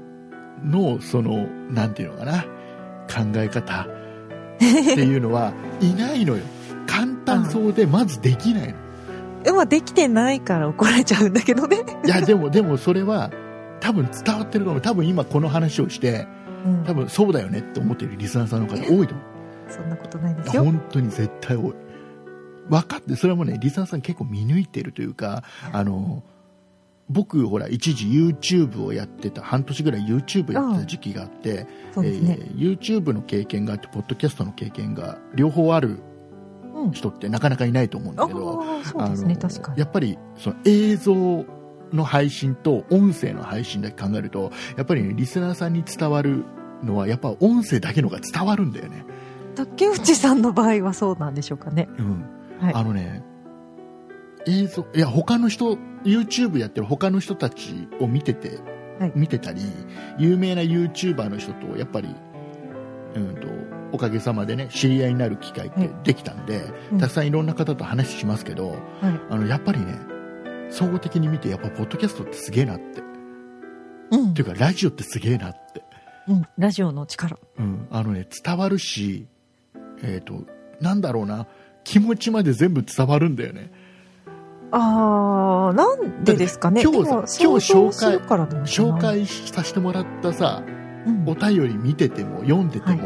のそのなんていうのかな考え方っていうの
[LAUGHS]
はいないのよ簡単そうでまずできないの
うまあできてないから怒られちゃうんだけど
[LAUGHS]
ね、
いやでもでもそれは多分伝わってると思う多分今この話をして
うん、
多分そうだよねって思ってるリスナーさんの方多いと思う
そんなことないで
い
す
や
よ
本当に絶対多い分かってそれはもうねリスナーさん結構見抜いてるというかあの僕ほら一時 YouTube をやってた半年ぐらい YouTube やってた時期があって、
そうですね、
えー YouTube の経験があってポッドキャストの経験が両方ある
うん
人ってなかなかいないと思うん
あ
だけど
あそうですね
あの
確かに
やっぱりその映像の配信と音声の配信だけ考えるとやっぱりね、リスナーさんに伝わるのはやっぱ音声だけのが伝わるんだよね、
竹内さんの場合はそうなんでしょうかねはい
あのね映像いや他の人 YouTube やってる他の人たちを見てて、
はい
見てたり有名な YouTuber の人とやっぱりうんとおかげさまでね知り合いになる機会っ
は
て
い
できたんで、
うん
たくさんいろんな方と話しますけど、あのやっぱりね総合的に見てやっぱポッドキャストってすげえなって、
うん
っていうかラジオってすげえなって、
うん、ラジオの力
うん、あのね伝わるしえっ、となんだろうな気持ちまで全部伝わるんだよね
ああなんでですかね
だって今日さ
でも
今日紹介
想像するからなんじゃ
紹
ない
介させてもらったさ
うん
お便り見てても読んでても、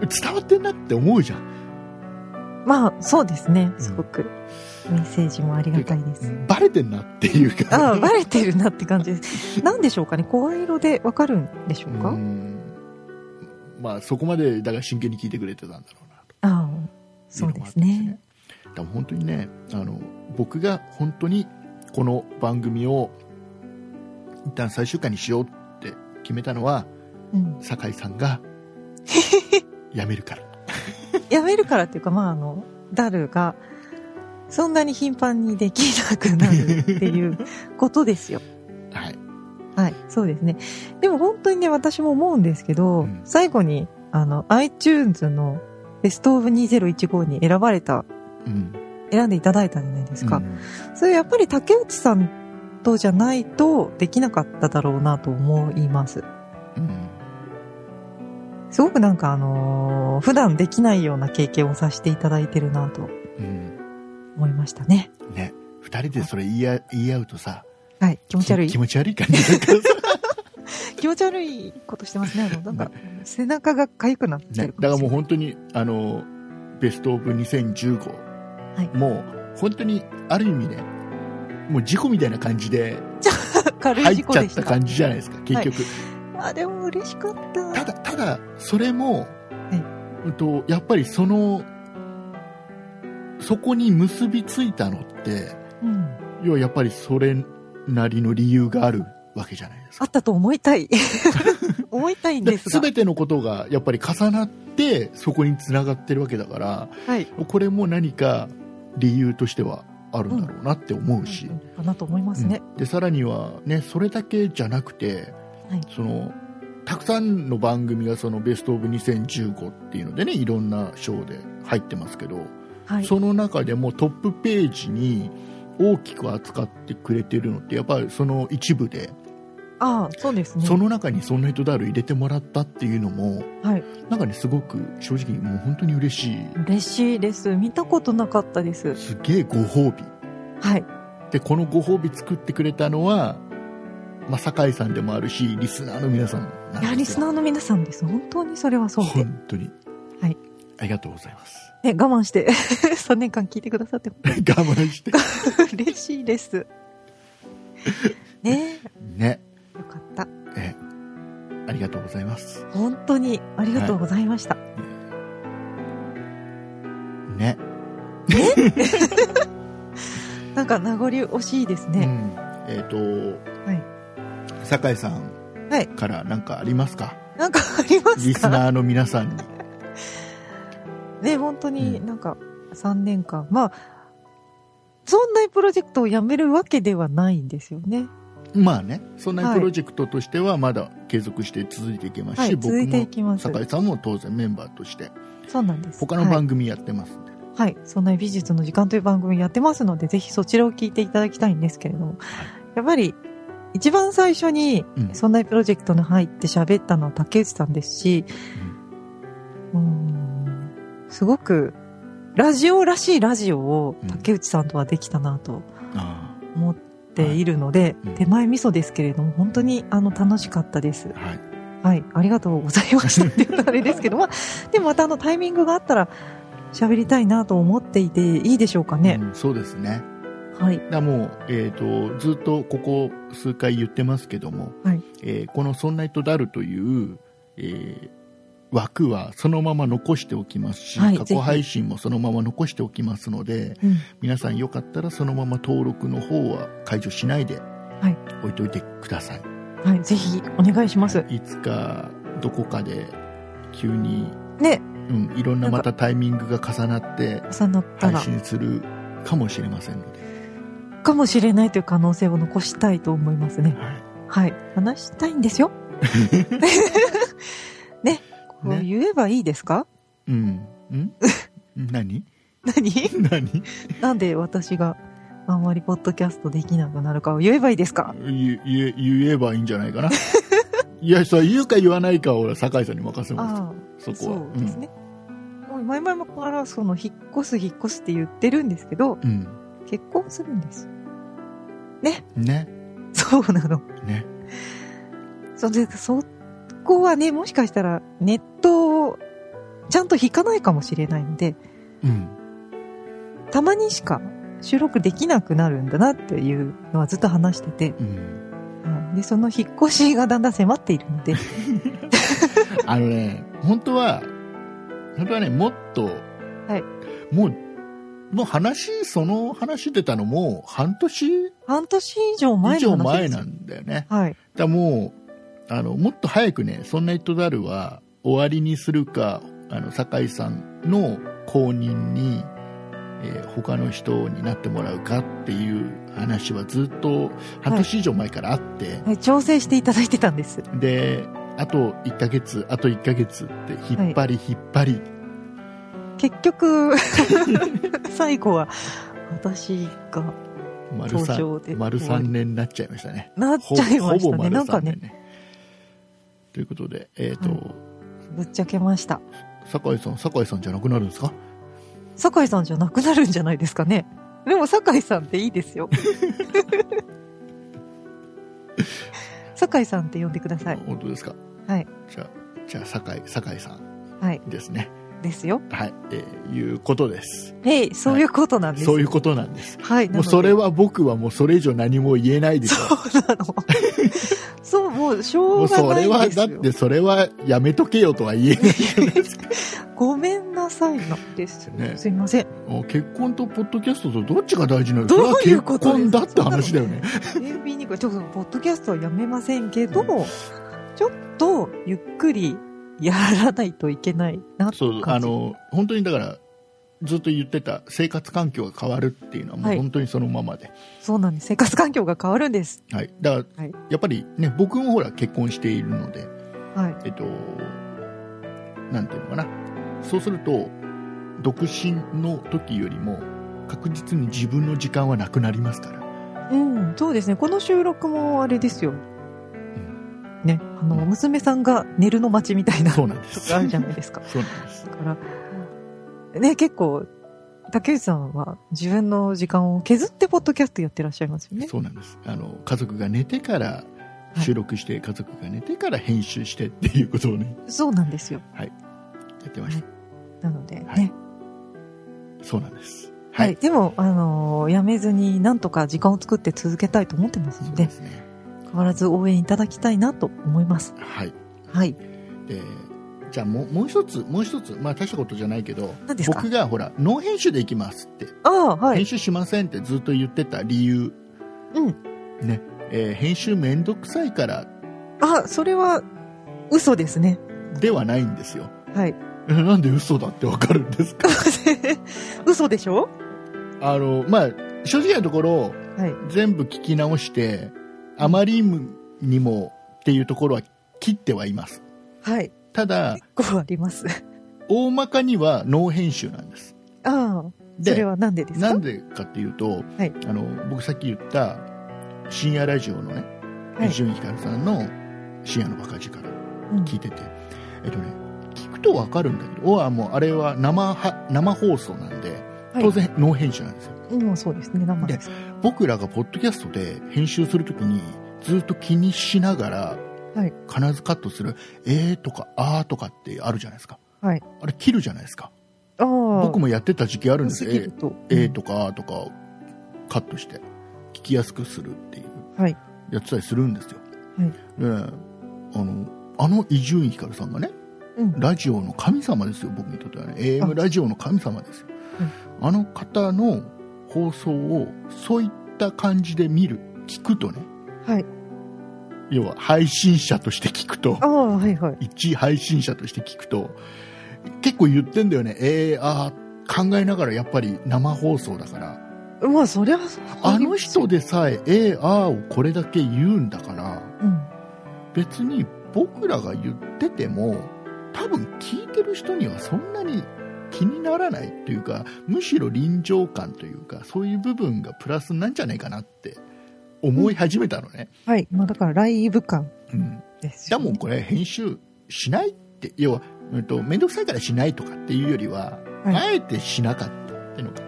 伝わってんなって思うじゃん
まあそうですねすごく、メッセージもありがたいです
バレてんなっていうか
ああ、バレてるなって感じです。なんでしょうかね声色でわかるんでしょうか、
うんまあそこまでだから真剣に聞いてくれてたんだろうなと
ああ、そうですね。
でも本当にねあの僕が本当にこの番組を一旦最終回にしようって決めたのは
うん。
酒井さん
[LAUGHS]
が辞めるから
やめるからっていうか、まああの、ダルが、そんなに頻繁にできなくなるっていうことですよ。
はい
はい、そうですね。でも本当にね、私も思うんですけど、
うん
最後に、あの、iTunes のベストオブ2015に選ばれた、
うん
選んでいただいたじゃないですか。
うん
それやっぱり竹内さんとじゃないとできなかっただろうなと思います。
うん
すごくなんかあのー普段できないような経験をさせていただいてるなと
うん
思いましたね。
ね、二2人でそれ言いあ言い合うとさ
はい、気持ち悪い
気。持ち悪い感じだから
[LAUGHS]
さ
気持ち悪いことしてますね。
[LAUGHS]
あのなんか、背中が痒くなって
ね
る、
だからもう
う、
本当にあのベスト・オブ2015、
はい
もう本当にある意味ねもう事故みたいな感じで
軽い
入
事
っ
故
ちゃっ
でしたた。
感じじゃないですか結局、
あ、でも嬉しかった。
ただただそれも、うんとやっぱりそのそこに結びついたのって
うん。
要はやっぱりそれなりの理由があるわけじゃないですか
あったと思い
[LAUGHS]
たい。思いたいん
で
ですが。
全てのことがやっぱり重なってそこにつながってるわけだから
はい。
これも何か理由としてはあるんだろうなって思うし、
かなと思いますね。
うんでさらには、ね、それだけじゃなくて、
はい
そのたくさんの番組がそのベスト・オブ2015っていうのでねいろんな賞で入ってますけど、
はい。
その中でもトップページに大きく扱ってくれてるのってやっぱりその一部で、
ああ、そうですね。
その中に「そんな人だる」入れてもらったっていうのも
はい。
なんかねすごく正直もう本当に嬉しい
嬉しいです。見たことなかったです。
すげえご褒美
はい。
でこのご褒美作ってくれたのは、まあ、酒井さんでもあるしリスナーの皆さんなんです
い
よ
や、リスナーの皆さんです。本当にそれはそうで。ね、
本当に、
はい
ありがとうございます [LAUGHS]
我慢して、3年 [LAUGHS] 間聞いてくださって、
我慢して
嬉しいです。ね
ね
え、よかった。
えありがとうございます
本当にありがとうございました。
ね
なんか名残惜しいです
う
ね。
んえっ、と、
はい
酒井さん
はい
から何かありますか、
なんかあります
リス
か
ナーの皆さんに
ね、本当に
う
なんか3年間。まあ、そんなプロジェクトをやめるわけではないんですよね。
まあねそんな
はい
プロジェクトとしてはまだ継続して続いていけますし、
はい、
僕
続いてい
も
きます。
酒井さんも当然メンバーとして
そうなんです。
他の番組やってますんで、
はい。そんな美術の時間という番組やってますので、ぜひそちらを聞いていただきたいんですけれども、やっぱり、一番最初に、
うん
そんなプロジェクトに入って喋ったのは竹内さんですし、うーん、すごく、ラジオらしいラジオを竹内さんとはできたなと
あ
思っているので、
いうん
手前味噌ですけれども、本当にあの楽しかったです。
あはい
はい、ありがとうございましたっていうとあれですけど、まあ、でもまたあのタイミングがあったら喋りたいなと思っていていいでしょうかね。
うんそうですね
はい。
だからもう、えー、とずっとここ数回言ってますけども、
はい
えーこの「そんな人だる」という、えー枠はそのまま残しておきますし、
はい
過
ぜ
去
ひ
配信もそのまま残しておきますので
うん
皆さんよかったらそのまま登録の方は解除しないで
い
置いといてください、
はい、ぜひお願いします。
いつかどこかで急に、
ね、
うん、いろんなまたタイミングが重なって
重なった
配
ら、
信するかもしれませんので、
かもしれないという可能性を残したいと思いますね。
はい
はい。話したいんですよ。ね、こう
ね
言えばいいですか、
うん。
[LAUGHS]
ん何
何
何
なんで私があんまりポッドキャストできなくなるかを言えばいいですか
言え、言えばいいんじゃないかな。 [LAUGHS] いや、そう言うか言わないかは俺、酒井さんに任せま
ああ。
す。そこは。
そうですね。もう前々からその引っ越す引っ越すって言ってるんですけど、
うん。
結婚するんです。
うん。ね。
そうなの。
ね。
そでそこはね、もしかしたらネットをちゃんと引かないかもしれないんで、
うん。
たまにしか収録できなくなるんだなっていうのはずっと話してて、
うん。
うんで、その引っ越しがだんだん迫っている
[LAUGHS]
ので、
あのね、本当は、本当はね、もっと、はい。もう、もう話、その話出たのもう半年以
半年以上前
上
の話で
前
すよ
なんだよね。
はい。
だからもうあのもっと早くね「そんな人だる」は終わりにするかあの酒井さんの公認に、えー他の人になってもらうかっていう話はずっと半年以上前からあって、
はい調整していただいてたんです。
であと1ヶ月あと1ヶ月って引っ張り引っ張り、
結
[LAUGHS]
局、最後は、私が
丸
登場で
3丸三年になっちゃいましたね。
なっちゃいましたね。
丸
なん
3
か
年
ね、
ね。ということで、えっ、と、
はぶっちゃけました。
酒井さん、酒井さんじゃなくなるんですか
酒井さんじゃなくなるんじゃないですかね。 [LAUGHS] でも、酒井さんっていいで
[LAUGHS]
すよ。酒井さんって呼んでください。
本当ですか
はい。
じゃあじゃあ酒井酒井さん
はい。
ですね
ですよ。
はいえーいうことです
えい、そういうことなんです。
そういうことなんです
はい。
も
なの
う
で
それは僕はもうそれ以上何も言えないでしょ
そうなの。 [LAUGHS] そう、もう、し
も
ょ
う
うが
そ
な
れはい
です
だ
よ。
ってそれはやめとけよとは言え
[LAUGHS]
ない
ごめんなさいなんです。
ね
すいません。
あ結婚とポッドキャストとどっちが大事なの
どういうこと
それは結婚だって話だよね。
AB にこれちょっとポッドキャストはやめませんけど、ちょっとゆっくりやらないといけないなって
そう、あ
感じ。
の、本当にだから、ずっと言ってた生活環境が変わるっていうのはも
は
う
い
本当にそのままで。
そうなんです。生活環境が変わるんです。
はい。だから、
はい
やっぱりね、僕もほら結婚しているので、
はい。
えっと、なんていうのかな。そうすると、独身の時よりも確実に自分の時間はなくなりますから。
うん、そうですね。この収録もあれですよ。ね、あの、
うん
娘さんが寝るの街みたいな
そう
と
なんです。
があるじゃないですか。
そうなんです。
だから、ね、結構、竹内さんは自分の時間を削ってポッドキャストやってらっしゃいますよね。
そうなんですあの家族が寝てから
い
収録して、家族が寝てから編集してっていうことをね
そうなんですよ。
やってました、
なのでね。
はいそうなんです
は、
はいい、
でも、あのーやめずになんとか時間を作って続けたいと思ってます
そ
の
う
で、
ですね
変わらず応援いただきたいなと思います。
はい
はい。
でじゃあもうもう一つもう一つまあ大したことじゃないけど
何ですか
僕がほらノー編集でいきますって、
ああ、はい
編。集しませんってずっと言ってた理由
うん。
ね、えー編集めんどくさいから
あ、それは、嘘ですね。
ではないんですよ
はい。 [LAUGHS]
えなんで嘘だってわかるんですか
嘘でしょ
あのまあ正直なところ
はい。
全部聞き直してあまりにもっていうところは切ってはいます
はい。
ただ
結構あります。
大まかにはノー編集なんです
ああ、それ
で
はなんでですか
なんでかっていうと、
はい
あの僕さっき言った深夜ラジオのね
はい
伊集院光さんの「深夜のバカ力」
うん
聞いてて、えっとね聞くとわかるんだけどおわもうあれは生は生放送なんで
はい
当然ノー編集なんですよ、
うん、そうですね、生です。
僕らがポッドキャストで編集するときにずっと気にしながら、
はい
必ずカットする「えー」とか「あー」とかってあるじゃないですか
はい。
あれ切るじゃないですか
ああ、僕
僕もやってた時期あるんです
す
よ
ぎると。
「えー」えーとか「あー」とかをカットして聞きやすくするっていう
はい。
やってたりするんですよ、
はい
であのあの伊集院光さんがね
うん。
ラジオの神様ですよ僕にとってはね
あ
AM ラジオの神様ですよ
うん
あの方の放送をそういった感じで見る聞くとね
はい。
要は配信者として聞くと
ああ、はいはい。
一配信者として聞くと結構言ってんだよねえー、あー考えながらやっぱり生放送だから
まあ、そりゃそう
あの人でさええー、あーをこれだけ言うんだから
うん。
別に僕らが言ってても多分聞いてる人にはそんなに気にならないっていうかむしろ臨場感というかそういう部分がプラスなんじゃないかなって思い始めたのね、
はい。まあ、だから、ライブ感
うん、
です
じゃ
よ
あもうこれ編集しないって要は、うん、と面倒くさいからしないとかっていうよりは、
はい
あえてしなかったっていうのが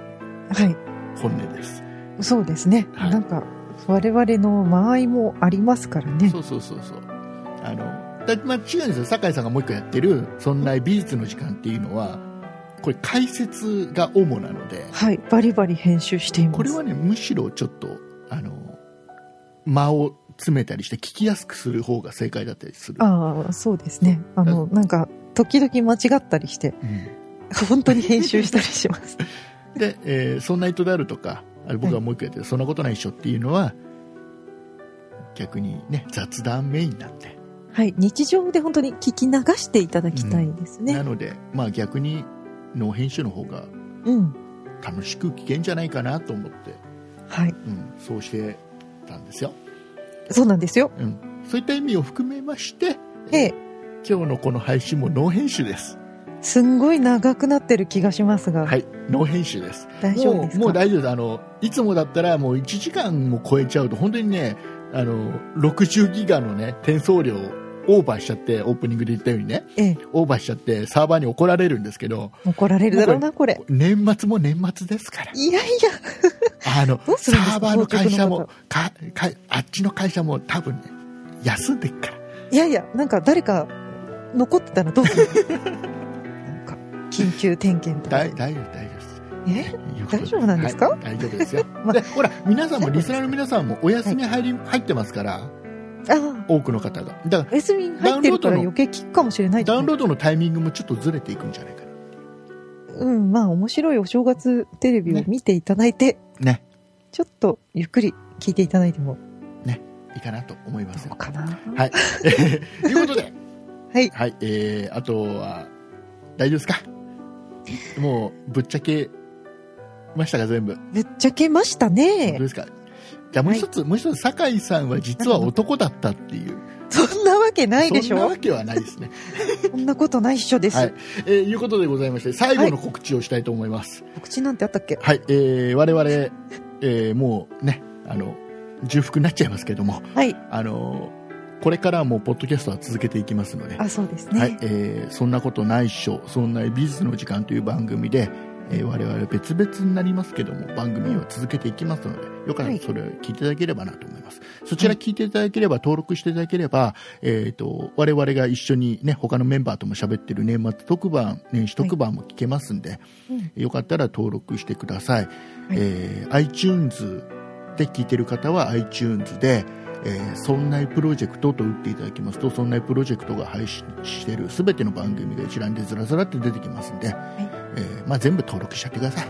はい。
本音です、
そうですね。
はい
なんか、我々の間合いもありますからね
そ。うそうそうそうあのだ、まあ、違うんですよ酒井さんがもう一個やってる「そんな美術の時間」っていうのはこれ解説が主なので
はい。バリバリ編集しています。
これはねむしろちょっとあの間を詰めたりして聞きやすくする方が正解だったりする、
ああ、そうですね。あの、なんか、時々間違ったりして、 [LAUGHS]
うん
本当に編集したりし [LAUGHS] ます。
で、えーそんな人であるとか、あれ僕がもう一回やってる、そんなことないっしょっていうのは、逆にね、雑談メインになって。
はい。日常で本当に聞き流していただきたいです
な
ね。
ので、まあ逆に、ノー編集の方が
うん。
楽しく聞けんじゃないかなと思って、
はい。
うん、そうしてたんですよ。
そうなんですよ。
うん。そういった意味を含めまして、
ええ。
今日のこの配信もノー編集です。
すんごい長くなってる気がしますが、
はい、ノー編集です。
大丈夫
も
です
う、
か
もう大丈夫です。あの、いつもだったらもう1時間も超えちゃうと、本当にね、あの、60ギガのね、転送量オーバーしちゃってオープニングで言ったようにね
ええ、
オーバーしちゃってサーバーに怒られるんですけど
怒られるだろうな、これ。
年末も年末ですから
いやいや、
あの
どうするんですか
サーバーの会社
当
もかかあっちの会社も多分ね休んでっから
いやいや、なんか誰か残ってたらどうする [LAUGHS] なんか、緊急点検とか。
大大丈夫大丈夫です
え
いうこと
大丈夫なんですか
はい大丈夫ですよ、
[LAUGHS] まあ
でほら皆さんも
大丈夫で
リ
す
スナーの皆さんもお休み入り、入ってますから
ああ、
多くの方がだか
お休みに入ってるから余計聞くかもしれな
ら
い。
ダウンロードのタイミングもちょっとずれていくんじゃないかな
うん、まあ面白いお正月テレビを見ていただいて、
ね
ちょっとゆっくり聞いていただいても
いいかなと思います
ど
よ
うかな。
はい [LAUGHS] ということで
はい
はいえー、あとは大丈夫ですかもうぶっちゃけましたか全部
ぶっちゃけました
どう
ね。
ですかじゃあもう一つ、もう一つ酒井さんは実は男だったっていう
そんなわけないでし
そんな
ょ
わけはないですね
そんなことないっしょです。
はい、えーいうことでございまして最後の告知をしたいと思います
告知なんてあったっけ
はい、えー我々、えーもうねあの重複になっちゃいますけども
はい。
あのこれからもポッドキャストは続けていきますので、
あ、そうですね。
はいえーそんなことないっしょそんな美術の時間という番組で、えー我々別々になりますけども番組を続けていきますのでよかった
は
ら
い
それを聞いていただければなと思います、そちら聞いていただければ登録していただければ、えー、と我々が一緒にね他のメンバーとも喋ってる年末特番年始特番も聞けますんで、
うん
よかったら登録してください、えー iTunes で聞いてる方は iTunes で「えー、そんないプロジェクト」と打っていただきますと「そんないプロジェクト」が配信してる全ての番組が一覧でずらずらって出てきますんで、えーまあ、全部登録しちゃってください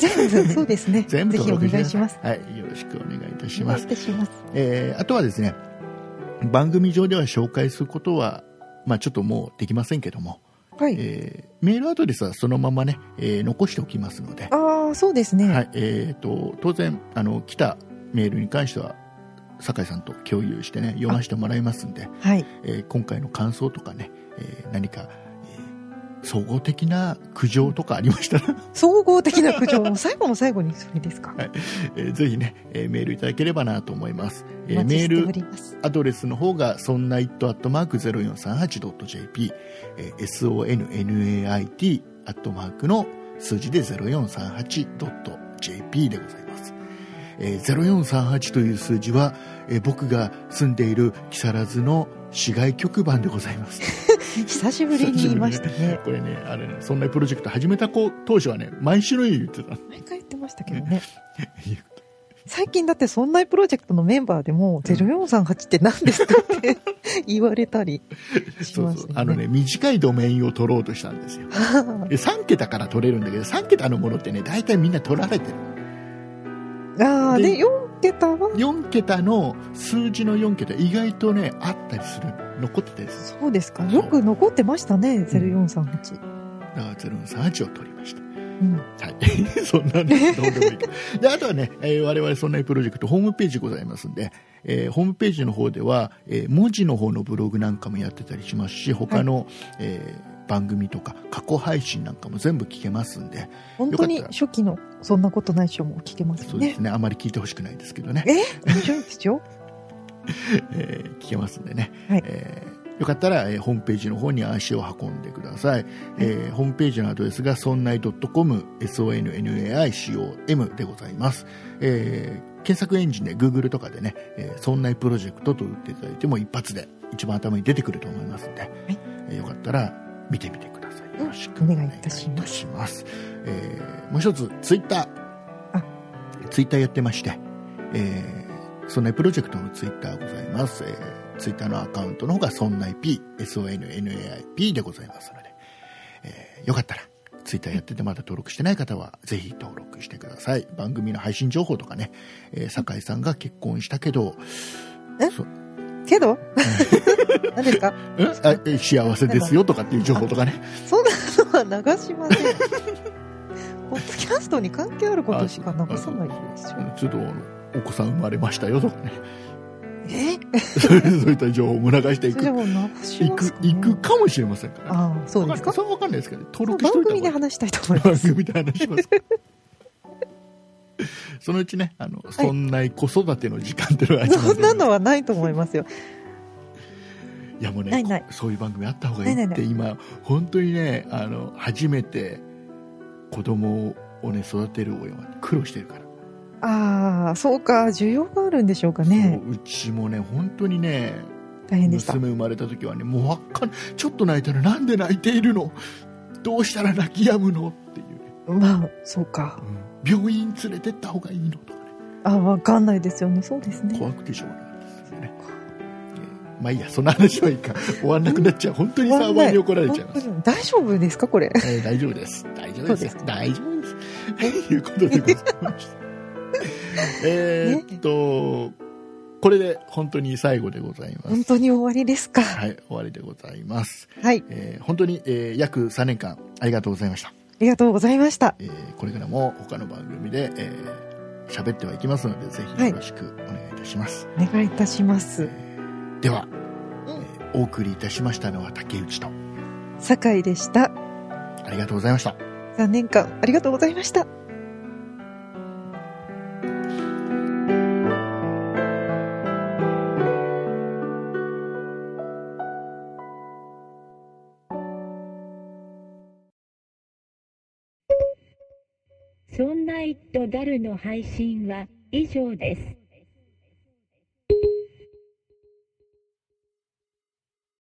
全部、そうですね。
全部
ぜひお
登録
願い
して
し
くだ
ます
さ。いはい、よろしくお願いいたします
お願いいたします。
えーあとはですね番組上では紹介することは、まあ、ちょっともうできませんけども、
はい。
えーメールアドレスはそのままね、えー残しておきますので
ああ、そうですね。
はいえー、と当然あの来たメールに関しては酒井さんと共有してね読ませてもらいますんで、
はい。
えー今回の感想とかね、えー何か、えー総合的な苦情とかありましたら、 [LAUGHS]
総合的な苦情も最後の最後にそれですか。
えーぜひね、えーメールいただければなと思います、え
お
ー
待ち
メ
し
ー
てお
ル
ります。
アドレスの方がそんな it アットマーク 0438.jp、えー sonnait アットマークの数字で 0438.jp でございます。えー0438という数字は、えー僕が住んでいる木更津の市街局番でございます。
久しぶりに言いましたね。
[LAUGHS] これね、あれね、そんなプロジェクト始めた子当初はね、毎週のように言ってた。
毎回言ってましたけどね。
[LAUGHS] 言う
最近だってそんなプロジェクトのメンバーでも0438って何ですかって [LAUGHS] 言われたり [LAUGHS] し
そう
ま
そ
す
う。あのね、短いドメインを取ろうとしたんですよ。
あ
で3桁から取れるんだけど3桁のものってね大体みんな取られてる
あー
で
で4桁は
4桁の数字の4桁意外とねあったりする残ってたりする
そうですかよく残ってましたね0438、
だから0の38を取りました
うん、
はい [LAUGHS] そんなのどうでもいいからであとはね、えー我々そんなプロジェクトホームページございますんで、えーホームページの方では、えー文字の方のブログなんかもやってたりしますし他の、えー番組とか過去配信なんかも全部聞けますんで
本当に
よかった
初期のそんなことないっしょも聞けます
そ
よ
うで
ね
すねあまり聞いてほしくないですけどね
え面白いですよ
[LAUGHS] えー聞けますんでね、
はい
えーよかったら、えーホームページの方に足を運んでください、えーホームページのアドレスが sonnai.com sonnai.com でございます、えー検索エンジンで Google とかでね「えー、そんないプロジェクト」と打っていただいても一発で一番頭に出てくると思いますんで、えーよかったら見てみてくださいよろしく
お願いいたし
お
ます
願いいたしますえーもう一つツイッタ
あ
ーツイッターやってましてえー、そんないプロジェクトのツイッターございます、えーツイッターのアカウントの方がそんない P SONNAIP でございますので、えーよかったらツイッターやっててまだ登録してない方はぜひ登録してください番組の配信情報とかね、えー酒井さんが結婚したけど
え
そ
けど [LAUGHS] 何ですか
んあえー幸せですよとかっていう情報とかね [LAUGHS]
そんなのは流しませんポッドキャストに関係あることしか流さないですよ
ちょっとあのお子さん生まれましたよとかね [LAUGHS]
え
そういった情報も流してい
そ
く
れでも流し
い
ま
く
すか、ね、
いくかもしれませんから、ね、
ああそうですか
それはわかんないですけど、ね、登録しと
番
いた方
組
が
で話したいと思い
番
ます。
組で話しますかそのうちねあの、そ [LAUGHS] んな子育ての時間っていうのがあります
[LAUGHS] そん
けど
なのはないと思いますよ。
いやもうね
ないない
こそういう番組あった方がいいって
ないないな
今本当にねあの初めて子供をね育てる親は苦労してるから、
ああそうか需要があるんでしょうかね
そううちもね本当にね
大変でした
娘生まれた時はねもうわかんちょっと泣いたらなんで泣いているのどうしたら泣き止むのっていうね、
まあそうか
うん病院連れてった方がいいのとかね
あわかんないですよねそうですね
怖くてしょうがないですよねえーまあいいやそんな話はいいか終わんなくなっちゃう本当にサーバーに怒られちゃいます
本当に大丈夫ですかこれ
えー大丈夫です。大丈夫です。
そうです
大丈夫です。と [LAUGHS] いうことでございました。えーっと、これで本当に最後でございま
本
す。
当に終わりですかは
はい、終わりでございます。
い、
えー本当に、えー約3年間ありがとうございました。
ありがとうございました
えーこれからも他の番組で、えー喋ってはいきますので、ぜひよろしくお願いいたします。
お願いいたします
では、えーお送りいたしましたのは竹内と、
酒井でした
ありがとうございました。
3年間ありがとうございました
そんな一途だるの配信は以上です。